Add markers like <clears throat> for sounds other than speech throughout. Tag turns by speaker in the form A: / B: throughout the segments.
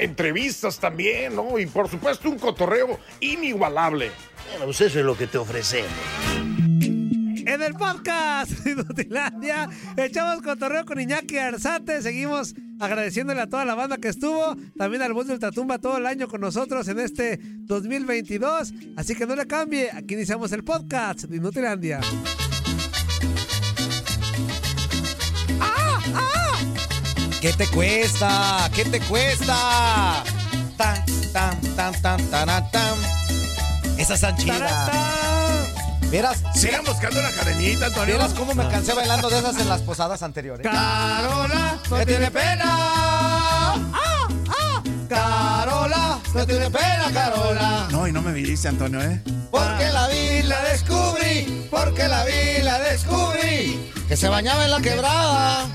A: Entrevistas también, ¿no? Y por supuesto un cotorreo inigualable.
B: Bueno, pues eso es lo que te ofrecemos.
C: En el podcast Inutilandia echamos cotorreo con Iñaki Arzate. Seguimos agradeciéndole a toda la banda que estuvo, también al Voz de Ultratumba todo el año con nosotros en este 2022. Así que no le cambie, aquí iniciamos el podcast de Inutilandia.
D: ¿Qué te cuesta? ¿Qué te cuesta? Tan, tan, tan, tan, tan, tan. Esas tan chidas. Verás,
A: Sigan buscando la cadenita, Antonio.
D: verás cómo me cansé bailando de esas en las posadas anteriores.
C: Carola,
D: no tiene pena. Ah, ah. Carola, no tiene pena, Carola.
E: No, y no me viniste, Antonio, ¿eh?
D: Porque la vi, la descubrí. Porque la vi, la descubrí. Que se bañaba en la quebrada.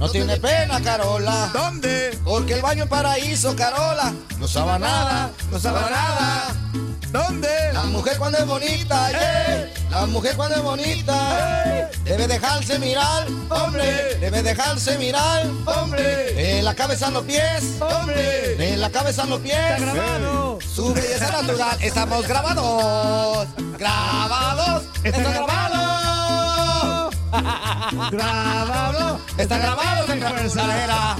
D: No tiene pena, Carola.
E: ¿Dónde?
D: Porque el baño en paraíso, Carola. No sabe nada, no sabe nada.
E: ¿Dónde?
D: La mujer cuando es bonita, yeah. la mujer cuando es bonita, debe dejarse mirar, hombre, debe dejarse mirar, hombre, de la cabeza a los pies, hombre, de la cabeza a los pies,
C: grabado.
D: su belleza natural, estamos grabados, grabados, está grabado, grabado, está grabado en la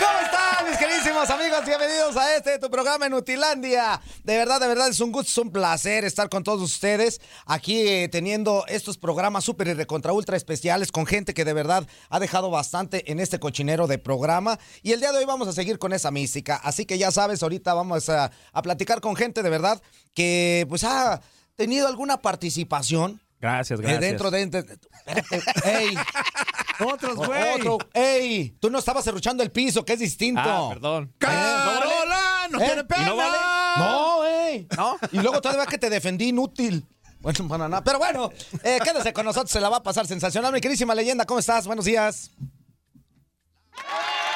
D: ¿Cómo están, mis queridísimos amigos? Bienvenidos a este tu programa en Utilandia. De verdad, de verdad, es un gusto, es un placer estar con todos ustedes aquí eh, teniendo estos programas súper y recontra ultra especiales con gente que de verdad ha dejado bastante en este cochinero de programa. Y el día de hoy vamos a seguir con esa mística. Así que ya sabes, ahorita vamos a, a platicar con gente de verdad que pues ha tenido alguna participación.
F: Gracias,
D: eh,
F: gracias.
D: Dentro de... de- <laughs> ey,
C: Otros,
D: o-
C: güey.
D: otro, ey, tú no estabas cerruchando el piso, que es distinto.
F: Ah, perdón.
E: ¡Carola! ¡No
D: ¿Eh?
E: tiene
D: ¿Y no
E: pena!
F: vale?
D: No, ey.
E: ¿No?
D: Y luego todavía que te defendí inútil. Bueno, bueno, nada. Pero bueno, eh, quédese con nosotros, se la va a pasar sensacional. Mi querísima leyenda, ¿cómo estás? Buenos días.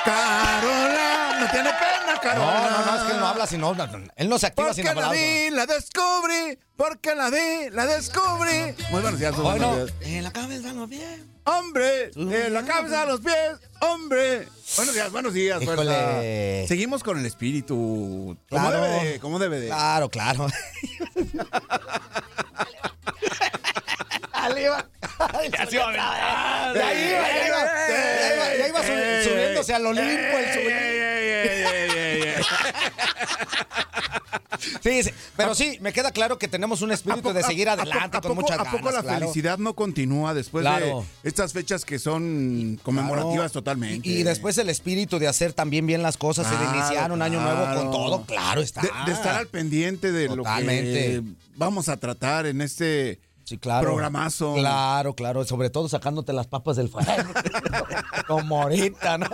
E: ¡Carola! ¡No tiene pena,
D: No,
E: Carola!
D: no, no, es que él no habla sino. no, no, Él no se activa
E: Porque
D: sin
E: la
D: hablar.
E: vi, la descubrí. Porque la vi, la descubrí. Muy buenos días, muy buenos
D: Bueno,
E: días.
D: en la cabeza no bien.
E: Hombre, de la cabeza a los pies, hombre. Buenos días, buenos días,
D: Híjole.
E: fuerza. Seguimos con el espíritu. ¿Cómo
D: Claro.
E: debe de? ¿Cómo debe de?
D: Claro, claro. <laughs> Ahí va.
F: Ya se va a aventar.
D: De ahí iba, ya iba, ya iba, ya iba subi-
E: Ey, ey,
D: subiéndose al Olimpo el subiendo. Sí, sí, pero sí, me queda claro que tenemos un
E: ¿A
D: espíritu
E: poco-
D: de seguir
E: a- a
D: adelante
E: poco- a
D: con
E: poco-
D: muchas
E: ¿A
D: ganas.
E: poco la
D: claro.
E: felicidad no continúa después
D: Claro.
E: de estas fechas que son
D: Claro.
E: conmemorativas totalmente?
D: Y, y después el espíritu de hacer también bien las cosas y
E: Claro,
D: de iniciar un año nuevo
E: claro.
D: con todo, claro está.
E: De, de estar al pendiente de
D: Totalmente.
E: lo que vamos a tratar en este
D: Sí, claro.
E: programazo.
D: Claro, claro, sobre todo sacándote las papas del fuego. Como ahorita, ¿no?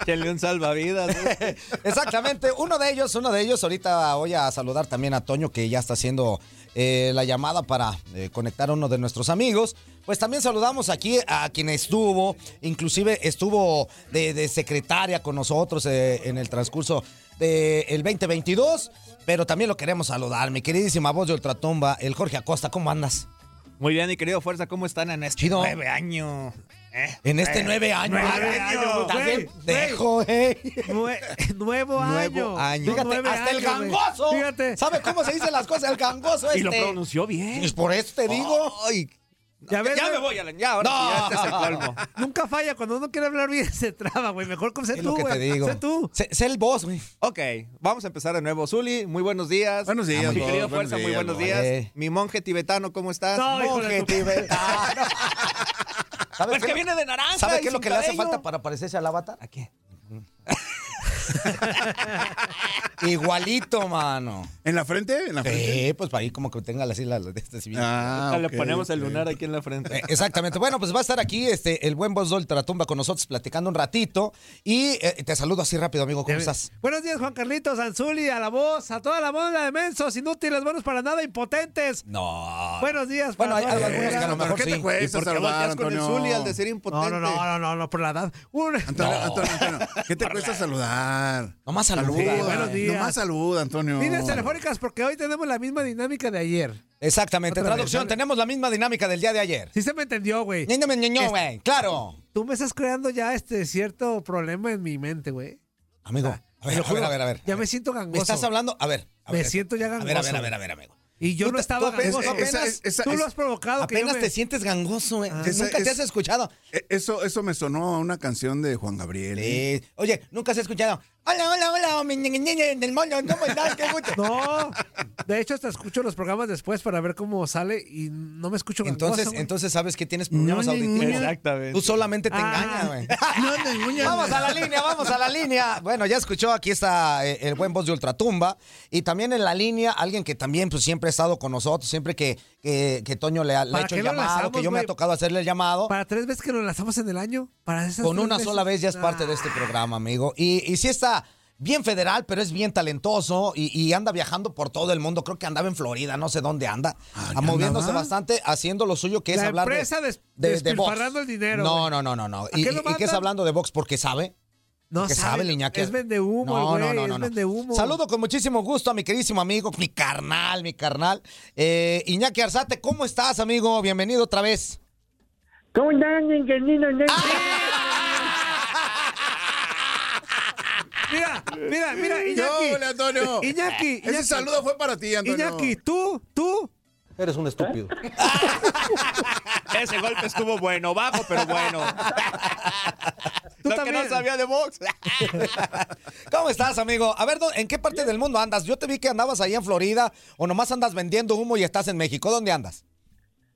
F: Échenle un salvavidas. ¿no?
D: <laughs> Exactamente, uno de ellos, uno de ellos. Ahorita voy a saludar también a Toño, que ya está haciendo eh, la llamada para eh, conectar a uno de nuestros amigos. Pues también saludamos aquí a quien estuvo, inclusive estuvo de, de secretaria con nosotros eh, en el transcurso del 2022, pero también lo queremos saludar, mi queridísima voz de Ultratumba, el Jorge Acosta, ¿cómo andas?
F: Muy bien, mi querido Fuerza, ¿cómo están en este
D: Chido.
F: nueve año? Eh,
D: En este nueve años.
F: nueve años,
D: También
C: güey,
D: dejo, eh.
C: Nue- <laughs> nuevo año.
D: Nuevo año.
C: No,
D: Fíjate,
C: nueve
D: hasta el
C: años, güey.
D: gangoso.
C: Fíjate.
D: ¿Sabe cómo se dicen las cosas? El gangoso este.
F: Y lo pronunció bien.
D: Pues por eso te digo.
F: Ay,
C: Ya ves,
F: Ya
C: güey,
F: me voy, Alan. Ya, ahora
D: No.
F: sí, ya este es el colmo.
C: Nunca falla. Cuando uno quiere hablar bien, <laughs> se traba, güey. Mejor con- sé
D: Es
C: tú,
D: lo que
C: güey.
D: te <laughs> digo.
C: Sé tú.
D: Sé, sé el boss, güey.
F: Ok, vamos a empezar de nuevo. Zuli, muy buenos días.
E: Buenos días,
F: Mi
E: Bob,
F: querido
E: buenos
F: Fuerza, muy
E: días,
F: buenos
E: Bob.
F: días.
D: Eh.
F: Mi monje tibetano, ¿cómo estás?
C: No, hijo de
F: monje
C: tu-
F: tibetano.
D: ¿Sabes
F: Pues que viene de naranja
D: ¿Sabes
F: y
D: Ah, qué es lo
F: sin
D: que le hace
F: cabello?
D: falta para parecerse al avatar? ¿A qué? <laughs> Igualito, mano.
E: ¿En la frente? ¿En la frente?
D: Sí, pues para ir como que tenga las islas de este civil.
E: Ah,
F: Le
E: ok,
F: ponemos el
E: ok.
F: lunar aquí en la frente.
D: Eh, Exactamente. Bueno, pues va a estar aquí este, el buen voz de Ultratumba con nosotros platicando un ratito. Y eh, te saludo así rápido, amigo. ¿Cómo estás?
C: Buenos días, Juan Carlitos, Anzuli, a la voz, a toda la banda de mensos, inútiles, buenos para nada, impotentes.
D: No.
C: Buenos días,
D: Ah. Bueno, hay,
C: Pues, para todos.
D: hay algunos que a lo
E: ¿Por
D: mejor
E: qué te
D: sí.
F: ¿Y
E: cuesta
F: por qué
E: saludar,
F: volteas con el
E: Antonio?
F: Zuli al decir impotente?
C: No, no, no, no, no, no, por la edad. Un-
E: Antonio, Antonio, Antonio, ¿qué te cuesta saludar?
D: Nomás saluda. Sí,
C: buenos días.
E: Nomás saluda, Antonio.
C: Líneas telefónicas porque hoy tenemos la misma dinámica de ayer.
D: Exactamente.
C: Otra vez,
D: Traducción,
C: dale.
D: tenemos la misma dinámica del día de ayer.
C: Sí se me entendió, güey.
D: Niño, niño, niño, güey. Claro.
C: Tú me estás creando ya este cierto problema en mi mente, güey.
D: Amigo,
C: Ah,
D: a ver, a ver, a ver, a ver.
C: Ya me siento gangoso.
D: ¿Me estás hablando? A ver. a
C: Me
D: ver.
C: siento ya
D: A ver, a ver,
C: gangoso.
D: a ver, a ver, amigo.
C: Y yo
D: Tú
C: no
D: te-
C: estaba
D: tú apenas-
C: gangoso.
E: esa-
C: apenas-
E: esa-
C: tú lo
E: esa-
C: has provocado. que yo
D: Apenas
C: me- Ah.
D: te sientes gangoso, güey.
E: esa-
D: Nunca te
E: esa-
D: has escuchado.
E: Eh, Eso, eso me sonó a una canción de Juan Gabriel. ¿eh?
D: Eh, oye, nunca has escuchado. Hola, hola, hola, mi niña, niña del mono, ¿cómo estás? Qué gusto.
C: <laughs> No, de hecho hasta escucho los programas después para ver cómo sale y no me escucho gangoso.
D: Entonces,
C: güey.
D: entonces sabes que tienes problemas
E: No,
D: auditivos.
E: niña.
F: Exactamente.
D: Tú solamente te
C: Ah.
D: engañas, güey.
C: <laughs>
D: vamos a la línea, vamos a la línea. Bueno, ya escuchó, aquí está eh, el buen voz de Ultratumba. Y también en la línea, alguien que también pues, siempre ha estado con nosotros, siempre que, que, que Toño le ha, le ha
C: ¿Para
D: hecho
C: qué
D: el
C: lo
D: llamado,
C: enlazamos,
D: que yo me
C: güey?
D: ha tocado hacerle el llamado.
C: Para tres veces que nos lanzamos en el año. Para esas
D: Con
C: tres
D: una
C: veces. Ah,
D: sola vez ya es parte de este programa, amigo. Y, y sí está bien federal, pero es bien talentoso y, y anda viajando por todo el mundo. Creo que andaba en Florida, no sé dónde anda.
E: Ah,
D: Ah,
E: ¿ya
D: moviéndose
E: andaba?
D: bastante, haciendo lo suyo que es
C: La
D: hablar de-
C: empresa des-
D: de, de, box.
C: despilfarrando el dinero,
D: No,
C: güey.
D: no, no, no. no.
C: ¿A
D: ¿Y,
C: qué
D: y-
C: lo
D: y qué es
C: matan?
D: hablando de box? Porque sabe.
C: No
D: porque sabe, el Iñaki.
C: Es vende humo,
D: No,
C: güey,
D: no, no, no,
C: es
D: no.
C: vende humo.
D: Saludo con muchísimo gusto a mi queridísimo amigo, mi carnal, mi carnal. Eh, Iñaki Arzate, ¿cómo estás, amigo? Bienvenido otra vez.
G: ¿Cómo andan, ingeniero?
C: Mira, Ah,
D: <laughs>
C: mira, mira,
E: No,
C: Iñaki.
E: hola, Antonio.
C: Iñaki,
E: Ese
C: Iñaki.
E: saludo fue para ti, Antonio.
C: Iñaki, tú, tú.
D: Eres un estúpido.
F: Ese golpe estuvo bueno, bajo, pero
D: <laughs>
F: bueno.
C: Tú
F: lo
C: también.
F: que no sabía de box.
D: ¿Cómo estás, amigo? A ver, ¿dó- ¿en qué parte del mundo andas? Yo te vi que andabas ahí en Florida o nomás andas vendiendo humo y estás en México. ¿Dónde andas?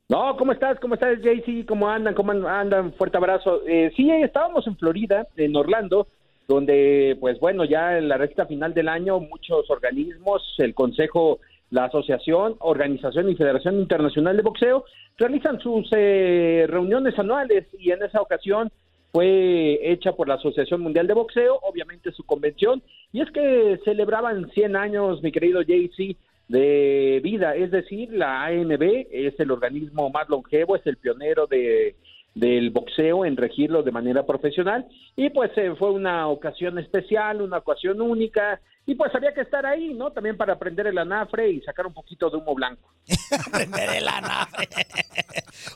G: No, ¿cómo estás? ¿Cómo estás, JC? ¿Cómo andan? ¿Cómo an- andan? Fuerte abrazo. Eh, sí, eh, estábamos en Florida, en Orlando, donde, pues bueno, ya en la recta final del año, muchos organismos, el Consejo, la Asociación, Organización y Federación Internacional de Boxeo, realizan sus eh, reuniones anuales y en esa ocasión fue hecha por la Asociación Mundial de Boxeo, obviamente su convención, y es que celebraban 100 años, mi querido JC, de vida, es decir, la ANB es el organismo más longevo, es el pionero de del boxeo en regirlo de manera profesional y pues eh, fue una ocasión especial, una ocasión única y pues había que estar ahí, ¿no? También para aprender el anafre y sacar un poquito de humo blanco.
D: Aprender el anafe.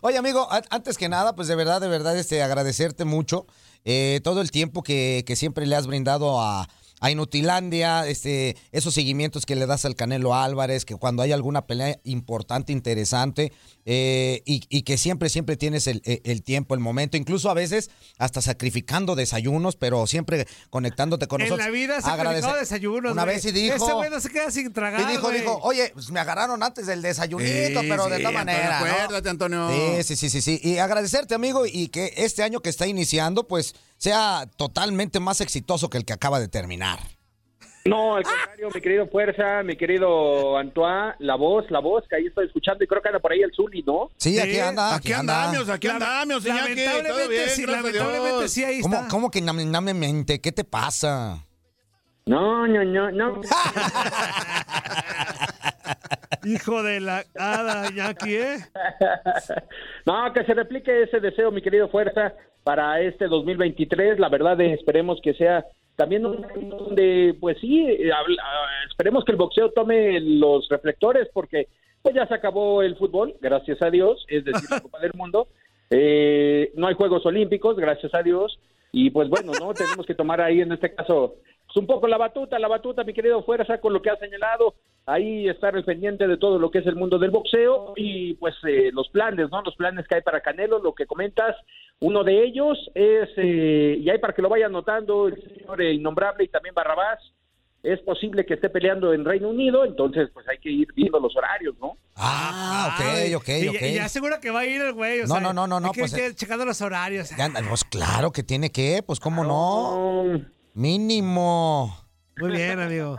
D: Oye, amigo, a- antes que nada, pues de verdad, de verdad, este, agradecerte mucho eh, todo el tiempo que, que siempre le has brindado a, a Inutilandia, este, esos seguimientos que le das al Canelo Álvarez, que cuando hay alguna pelea importante, interesante, eh, y, y que siempre, siempre tienes el, e-, el- el tiempo, el momento, incluso a veces hasta sacrificando desayunos, pero siempre conectándote con
C: En
D: nosotros.
C: la vida se
D: Agradecer-
C: ha desayunos.
D: Una
C: güey.
D: vez y dijo...
C: Ese güey no se queda sin tragar.
D: Y dijo,
C: güey.
D: dijo, oye, pues me agarraron antes del desayunito,
E: Sí,
D: pero de
E: sí,
D: todas
E: Antonio,
D: maneras. ¿no?"
E: acuérdate, Antonio.
D: Sí, sí, sí, sí, sí. Y agradecerte, amigo, y que este año que está iniciando, pues sea totalmente más exitoso que el que acaba de terminar.
G: No, al contrario, mi querido Fuerza, mi querido Antoine, la voz, la voz que ahí estoy escuchando y creo que anda por ahí el Zuli, ¿no?
D: Sí,
C: Sí,
D: aquí anda.
E: Aquí andamos, aquí andamos, Iñaki. Todo
C: Lamentablemente,
E: bien,
C: sí,
E: gracias a
C: lamentablemente
E: Dios.
C: sí, ahí
D: ¿Cómo,
C: está.
D: cómo que nam- nam- mente? ¿Qué te pasa?
G: No, no, no,
D: <laughs>
G: no.
C: Hijo de la hada, Iñaki, ¿eh?
G: No, que se replique ese deseo, mi querido Fuerza, para este 2023. La verdad, eh, esperemos que sea también un año donde, pues sí, eh, habl- ah, esperemos que el boxeo tome los reflectores, porque pues ya se acabó el fútbol, gracias a Dios, es decir, la Copa del Mundo. Eh, no hay Juegos Olímpicos, gracias a Dios. Y pues bueno, no tenemos que tomar ahí en este caso pues, un poco la batuta, la batuta, mi querido Fuerza, con lo que ha señalado. ahí estar al pendiente de todo lo que es el mundo del boxeo y pues eh, los planes, ¿no? Los planes que hay para Canelo, lo que comentas, uno de ellos es, eh, y hay para que lo vaya anotando el señor eh, Innombrable y también Barrabás, es posible que esté peleando en Reino Unido, entonces pues hay que ir viendo los horarios, ¿no?
D: Ah, ok, ok,
C: y,
D: ok.
C: y ya seguro que va a ir el güey. o
D: No,
C: sea,
D: no, no, no, no,
C: hay que
D: pues,
C: ir checando los horarios.
D: Ya anda- pues claro que tiene que, pues cómo
G: Mm.
D: no. Mínimo.
C: Muy bien, amigo.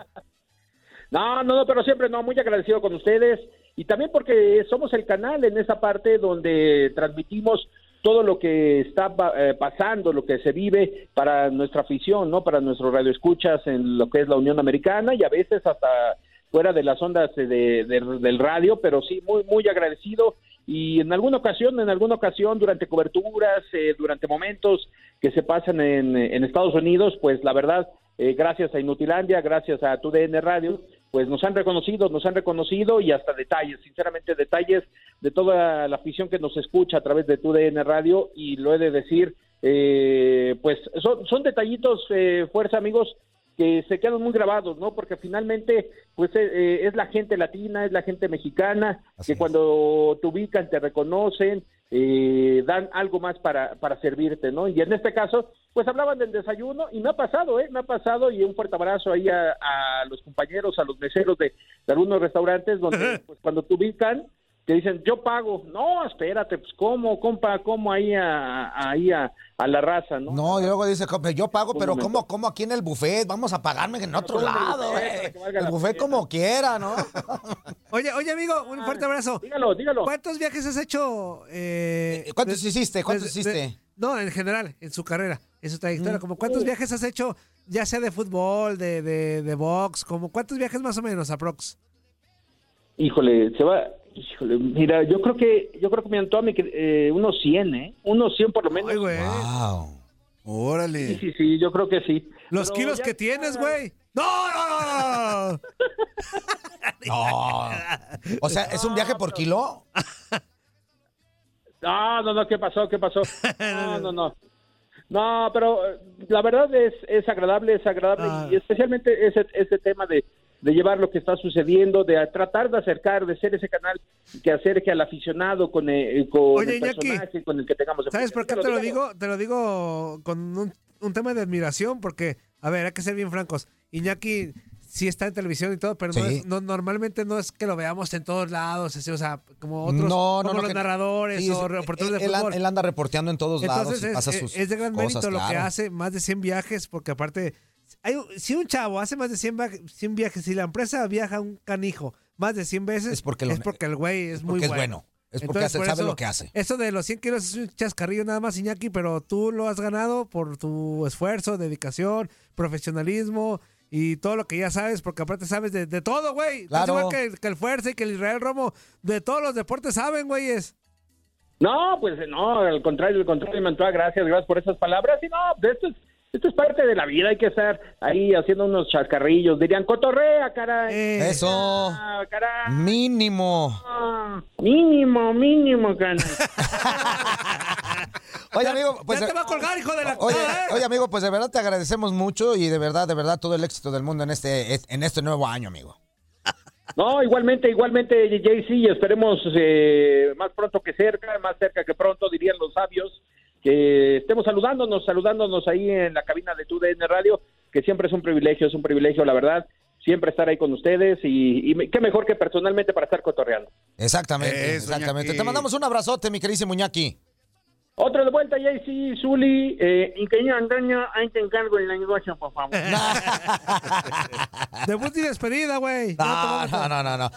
G: No, no, no, pero siempre no, muy agradecido con ustedes y también porque somos el canal en esa parte donde transmitimos todo lo que está pa- eh, pasando, lo que se vive para nuestra afición, ¿no? Para nuestros radioescuchas en lo que es la Unión Americana y a veces hasta fuera de las ondas de- de- de- del radio, pero sí, muy, muy agradecido y en alguna ocasión, en alguna ocasión, durante coberturas, eh, durante momentos que se pasan en, en Estados Unidos, pues la verdad, eh, gracias a Inutilandia, gracias a TUDN Radio, pues nos han reconocido, nos han reconocido y hasta detalles, sinceramente detalles de toda la afición que nos escucha a través de TUDN Radio y lo he de decir, eh, pues son, son detallitos, eh, fuerza amigos, que se quedan muy grabados, ¿no? Porque finalmente, pues eh, eh, es la gente latina, es la gente mexicana, que cuando te ubican, te reconocen, eh, dan algo más para, para servirte, ¿no? Y en este caso, pues hablaban del desayuno y me ha pasado, ¿eh? Me ha pasado y un fuerte abrazo ahí a, a los compañeros, a los meseros de, de algunos restaurantes donde, pues cuando te ubican, te dicen, yo pago. No, espérate, pues cómo, compa, cómo ahí a, a- ahí a, a la raza, ¿no?
D: No, y luego dice, "Compa, yo pago,
G: Un
D: pero
G: momento.
D: ¿cómo, ¿cómo aquí en el buffet? Vamos a pagarme en otro
G: ¿cómo en el
D: lado.
G: buffet?
D: eh.
G: Para que valga
D: El
G: la
D: buffet como quiera, ¿no?
C: Oye, oye, amigo, un fuerte abrazo.
G: Dígalo, dígalo.
C: ¿Cuántos viajes has hecho? eh,
D: Eh, ¿cuántos
C: de-
D: hiciste? ¿Cuántos
C: desde- de-
D: hiciste?
C: no, en general, en su carrera, en su
G: Mm.
C: trayectoria. Como ¿Cuántos viajes has hecho, ya sea de fútbol, de, de, de box? Como, ¿Cuántos viajes más o menos, aprox?
G: Híjole, se va. Híjole, mira, yo creo que yo creo que me antoja mi cre- eh, unos 100, ¿eh? Unos 100 por lo menos.
C: Ay, güey.
D: Wow.
G: Sí,
E: Órale.
G: sí, sí, yo creo que sí.
C: Los
G: Pero
C: kilos
G: ya-
C: que tienes, güey. ¡No, no, no, no, no!
D: No. O sea, ¿es un viaje por kilo?
G: No, no, no, ¿qué pasó? ¿Qué
C: <laughs>
G: pasó? No, no, no. No, pero eh, la verdad es, es agradable, es agradable
C: Ah.
G: y especialmente ese, ese tema de, de llevar lo que está sucediendo, de a- tratar de acercar, de ser ese canal que acerque al aficionado con, eh, con
C: Oye,
G: el
C: Iñaki,
G: personaje, con el que tengamos.
C: ¿Sabes por qué
G: Dígalo,
C: te lo
G: dígalo.
C: digo? Te lo digo con un, un tema de admiración, porque, a ver, hay que ser bien francos. Iñaki sí está en televisión y todo, pero no
D: Sí.
C: es- no- normalmente no es que lo veamos en todos lados, así, o sea, como otros, como los
D: que-
C: narradores
D: sí,
C: o
D: es-
C: reporteros
D: él,
C: de fútbol.
D: él anda reporteando en todos lados
C: Entonces
D: y
C: es,
D: pasa
C: es-
D: sus
C: es de gran
D: cosas,
C: mérito lo que
D: claro.
C: hace más de 100 viajes, porque aparte, hay, un- si un chavo hace más de 100, va- 100 viajes, si la empresa viaja un canijo más de 100 veces,
D: Es porque lo-
C: el güey es, muy
D: porque es
C: bueno.
D: bueno. Es porque hace- sabe lo que hace.
C: Eso de los 100 kilos es un chascarrillo nada más, Iñaki, pero tú lo has ganado por tu esfuerzo, dedicación, profesionalismo y todo lo que ya sabes, porque aparte sabes de, de todo, güey. Estás
D: Claro.
C: igual que, el- que el Fuerza y que el Israel Romo, de todos los deportes saben, güeyes.
G: No, pues no, al contrario, al contrario, Mantua, gracias, gracias por esas palabras. Y no, de esto es, esto es parte de la vida, hay que estar ahí haciendo unos chascarrillos. Dirían, cotorrea, caray.
C: Eh,
D: Eso.
G: Ah, caray.
C: <laughs>
D: Mínimo.
G: Mínimo, mínimo, caray.
D: Oye, amigo, pues.
C: ya te va a colgar, hijo de la...
D: Oye,
C: Ah, ¿eh? <laughs>
D: oye, amigo, pues de verdad te agradecemos mucho y de verdad, de verdad, todo el éxito del mundo en este, en este nuevo año, amigo.
G: No, igualmente, igualmente, JC, y esperemos eh, más pronto que cerca, más cerca que pronto, dirían los sabios, que estemos saludándonos, saludándonos ahí en la cabina de TUDN Radio, que siempre es un privilegio, es un privilegio, la verdad, siempre estar ahí con ustedes y, y me- qué mejor que personalmente para estar cotorreando.
C: Eh,
D: Exactamente,
E: Eso,
D: exactamente.
E: Iñaki.
D: Te mandamos un abrazote, mi querísimo Muñaki.
G: Otro de vuelta, JC, Zuli, eh, ingeniero Antonio, ahí te encargo el lenguaje, por favor.
C: Debut y despedida, güey. No, te
D: No,
C: vamos a-
D: no, no, no, no.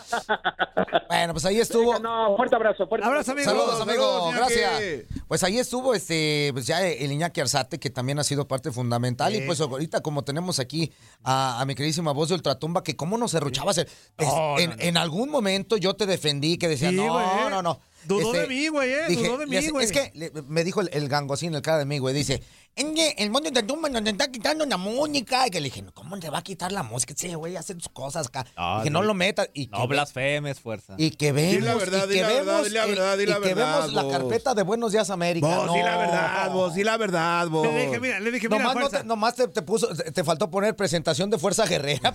D: Bueno, pues ahí estuvo.
G: No, fuerte abrazo, fuerte
C: Abrazo,
G: abrazo.
C: amigo.
D: Saludos, amigo.
E: Saludos, Iñaki.
D: Gracias. Pues ahí estuvo este, pues ya el Iñaki Arzate, que también ha sido parte fundamental. Y pues ahorita, como tenemos aquí a, a mi queridísima voz de Ultratumba, que cómo nos arruchabas. en, en algún momento yo te defendí, que decía,
C: Sí,
D: no,
C: güey.
D: no, no.
C: Dudó de mí, güey, eh, dudó de mí,
D: le hace-
C: güey.
D: Es que le- me dijo el, el gangosín, el cara de mí, güey, dice, "En que el mundo de tumba nos está quitando la música. Y que le dije, "No, ¿cómo le va a quitar la música? Sí, güey, hace tus cosas acá.
H: Ah,
D: que no
H: sí.
D: lo metas. Y que
H: No blasfemes, fuerza.
D: y que vemos,
H: Di la verdad,
D: y
H: di
D: que
H: la verdad,
D: vemos
H: di la
D: el-
H: verdad, di
D: y
H: la
D: que
H: verdad,
D: vemos la
H: vos.
D: carpeta de Buenos Días América.
H: Vos, di la
F: verdad, vos, di Pues la verdad, vos.
D: Le dije, mira,
C: le dije,
D: nomás,
C: mira,
D: no
C: fuerza.
D: te, nomás te, te puso, te te faltó poner presentación de Fuerza Guerrera, <laughs>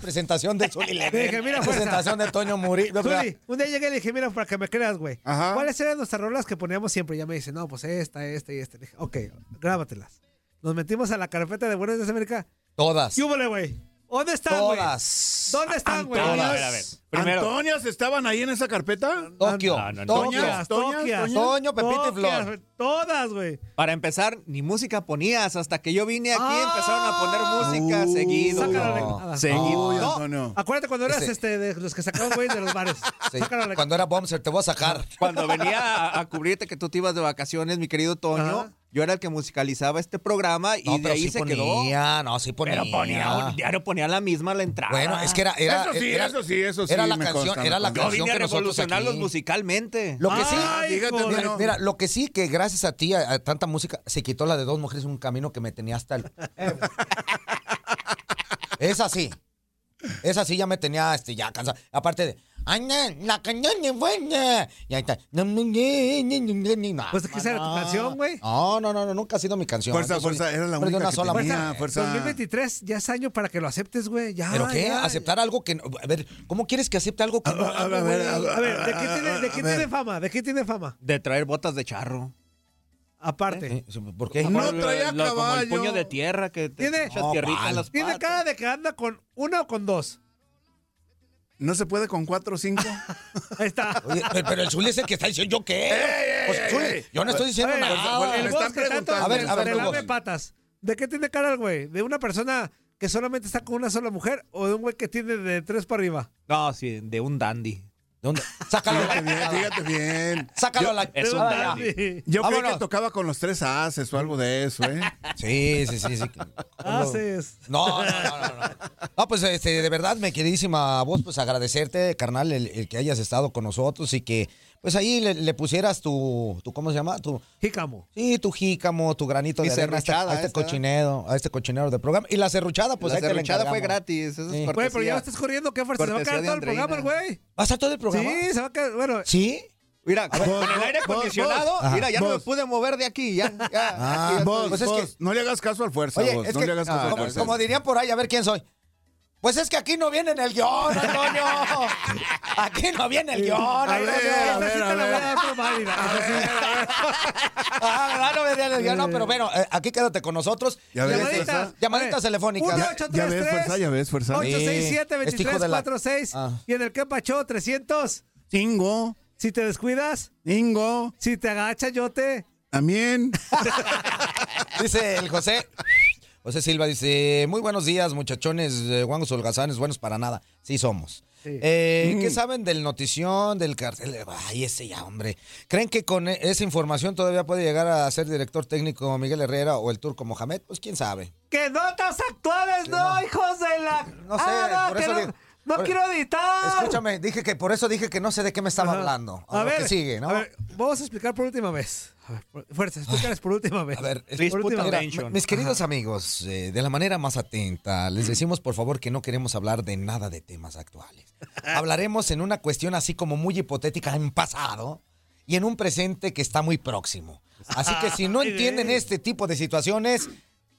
C: <laughs>
D: presentación de Zully Lerner,
C: Le dije, mira, fuerza.
D: presentación de Toño Murillo.
C: Zuli, un día llegué y le dije, mira, para que me creas, güey. ¿Cuáles eran nuestras rolas que poníamos siempre? Y ya me dice, no, pues esta, esta y esta. Le dije, ok, grábatelas. Nos metimos a la carpeta de Buenos Días América.
D: Todas.
C: ¿Qué húbole, güey? ¿Dónde están, güey?
D: Todas.
C: ¿Dónde están, güey?
H: Antonio, Ah, a ver, a ver. Primero.
F: ¿Antonias estaban ahí en esa carpeta? Ah,
D: Tokio.
H: No, no, no.
F: Toñas,
C: Toquias,
F: Toñas,
C: toquias.
F: Toñas.
D: Toño, Pepito y
C: toquias,
D: Flor.
C: Todas, güey.
H: Para empezar, ni música ponías. Hasta que yo vine aquí
C: Ah.
H: empezaron a poner
F: Uh,
H: música seguido.
C: Sácala la
H: No.
C: nada.
H: Seguido.
F: Uy,
H: No.
F: Antonio.
C: Acuérdate cuando eras
D: Ese-
C: este, de los que sacaban, güey, de los bares.
D: Sí,
C: Sácala la
D: Cuando era Bomser, te voy a sacar.
H: Cuando venía a, a cubrirte que tú te ibas de vacaciones, mi querido Toño,
C: Ajá.
H: yo era el que musicalizaba este programa y
D: No,
H: de
D: pero
H: ahí
D: sí
H: se quedó.
D: ponía, no, sí ponía.
H: Pero ponía un diario, ponía la misma a la entrada.
D: Bueno, es que era, era,
F: Eso sí,
D: era-
F: eso sí, eso sí
D: Era la
F: me
D: canción,
F: consta,
D: era la
F: me
H: Yo
D: canción
H: vine a
D: que nosotros
H: revolucionarlos
D: aquí.
H: musicalmente.
D: Lo que sí,
C: Ay,
F: Fíjate,
C: joder.
D: mira,
F: no.
D: mira, lo que sí que gracias a ti, a, a tanta música, se quitó la de dos mujeres un camino que me tenía hasta
F: <laughs>
D: el. es así. Es así, ya me tenía este, ya cansado. Aparte de. "Ay, na, La cañón es buena. Y ahí está. "No, no, no, no, no, no".
C: Pues, ¿qué será tu
D: No.
C: canción, güey?
D: No, no, no, no, nunca ha sido mi canción.
F: Fuerza,
D: Yo soy-
F: fuerza, era la
D: soy de
F: única
D: una
F: que
D: sola
F: tenía.
D: mía.
F: Ah, fuerza.
C: 2023 ya es año para que lo aceptes, güey. Ya,
D: ¿Pero qué?
C: Ah, ya.
D: ¿Aceptar algo que no- A ver, ¿cómo quieres que acepte algo que no
F: Ah, a- a-
D: hago,
F: a ver,
D: güey?
C: A ver, ¿de qué tiene, de qué
F: A
C: tiene
F: ver.
C: fama? ¿De qué tiene fama?
H: De traer botas de charro.
C: Aparte.
D: Eh, ¿Por qué?
F: No
H: Lo-
F: traía
H: como el
F: caballo.
H: puño de tierra que te
C: Tiene-
H: echas
D: No,
H: tierrita en
D: ¿cuál?
H: las
C: Tiene
H: patas.
C: cara de que anda con una o con dos.
F: ¿No se puede con cuatro
H: <laughs>
F: o cinco?
C: Ahí está.
D: Oye, pe- pero el Zuli es el que está diciendo yo qué. Pues, Zuli, yo no estoy
C: A
D: diciendo
C: ver,
D: nada.
F: bueno,
C: el
F: me
C: boss
F: están
C: que tanto
F: preguntando.
D: A ver, a ver,
C: le
D: el
C: lame
D: boss.
C: patas. ¿De qué tiene cara el güey? ¿De una persona que solamente está con una sola mujer o de un güey que tiene de tres para arriba?
H: No, sí, de un dandy.
D: ¿Dónde? Sácalo a
F: Fíjate bien,
D: la
F: fíjate bien.
D: Sácalo a la
H: Es un
D: a la-
H: dandy.
F: Yo creo
D: Vámonos.
F: que tocaba con los tres ases o algo de eso, ¿eh?
D: Sí, sí, sí, sí.
F: Ah,
C: Haces.
D: No, no, no, no, no. No, pues este, de verdad, mi queridísima voz, pues agradecerte, carnal, el, el que hayas estado con nosotros y que pues ahí le, le pusieras tu, tu, ¿cómo se llama? Tu,
C: Jícamo.
D: sí, tu jícamo, tu granito
H: Mi
D: de arena a este,
H: serruchada
D: a este
H: esta.
D: cochinero, a este cochinero de programa. Y la serruchada, pues
H: Pues la
D: ahí te la
H: cerruchada fue
D: encargamos.
H: gratis. Eso es
D: Sí. Güey,
F: Pues
C: Güey, pero
H: cortesía.
C: ya lo estás corriendo. ¿Qué fuerza? Se va a
H: Cortesía
C: quedar
H: de
C: todo el programa, el
H: Andreina.
C: güey.
D: ¿Va a estar todo el programa?
C: Sí, se va a quedar. Bueno,
D: ¿Sí?
H: Mira, con el aire
F: vos,
H: acondicionado,
F: vos.
D: Ajá.
H: mira, ya no me
F: Vos.
H: pude mover de aquí. Ya, ya.
D: Ah,
H: Aquí ya
F: Vos,
D: pues es
F: vos,
D: que-
F: no le hagas caso al fuerza,
D: Oye,
F: vos.
D: es
F: no
D: que,
F: le hagas
D: ah,
F: caso al
D: como,
F: fuerza.
D: como dirían por ahí, a ver quién soy. Pues es que aquí no viene en el guión, Antonio. Aquí no viene el guión.
F: A
D: Antonio.
F: ver, a
C: esta
F: ver,
C: sí
F: a
C: te la voy a
F: ver.
C: dar por válida. Esa sí.
D: Ah, ¿verdad? no venía en el guión. No, pero bueno, eh, aquí quédate con nosotros.
F: Ya ves,
D: Llamaditas,
F: fuerza.
D: llamaditas telefónicas.
F: Ya ves, fuerza, ya ves, fuerza.
C: 867
D: Sí, este hijo de la-
C: 2346
D: Ah.
C: Y en el que pachó 300.
F: Tingo,
C: Si te descuidas,
F: Ingo,
C: si te agachas, yo te.
F: también.
D: Dice el José. José Silva dice, muy buenos días, muchachones, eh, guangos holgazanes, buenos para nada. Sí somos.
C: Sí. Mm.
D: Eh, ¿Qué saben del notición, del cartel? Ay, ese ya, hombre. ¿Creen que con e- esa información todavía puede llegar a ser director técnico Miguel Herrera o el turco Mohamed? Pues quién sabe.
C: ¡Que notas actuales, no, hijos de la.
D: No sé,
C: Ah, no,
D: por
C: que
D: eso
C: no,
D: digo-
C: no
D: por-
C: quiero editar.
D: Escúchame, dije que por eso dije que no sé de qué me estaba
C: Ajá.
D: hablando. A, ver, ¿qué sigue, no?
C: a ver, vamos a explicar por última vez. A ver, por- fuerza, explícales por última vez.
D: A ver, es-
H: Please
C: por
H: put
C: última
D: Mira,
C: vez.
H: attention.
D: m- mis queridos amigos, eh, de la manera más atenta, les decimos por favor que no queremos hablar de nada de temas actuales.
H: <laughs>
D: Hablaremos en una cuestión así como muy hipotética en pasado y en un presente que está muy próximo. Así que
H: <laughs>
D: si no
C: Muy
D: entienden
C: bien.
D: este tipo de situaciones,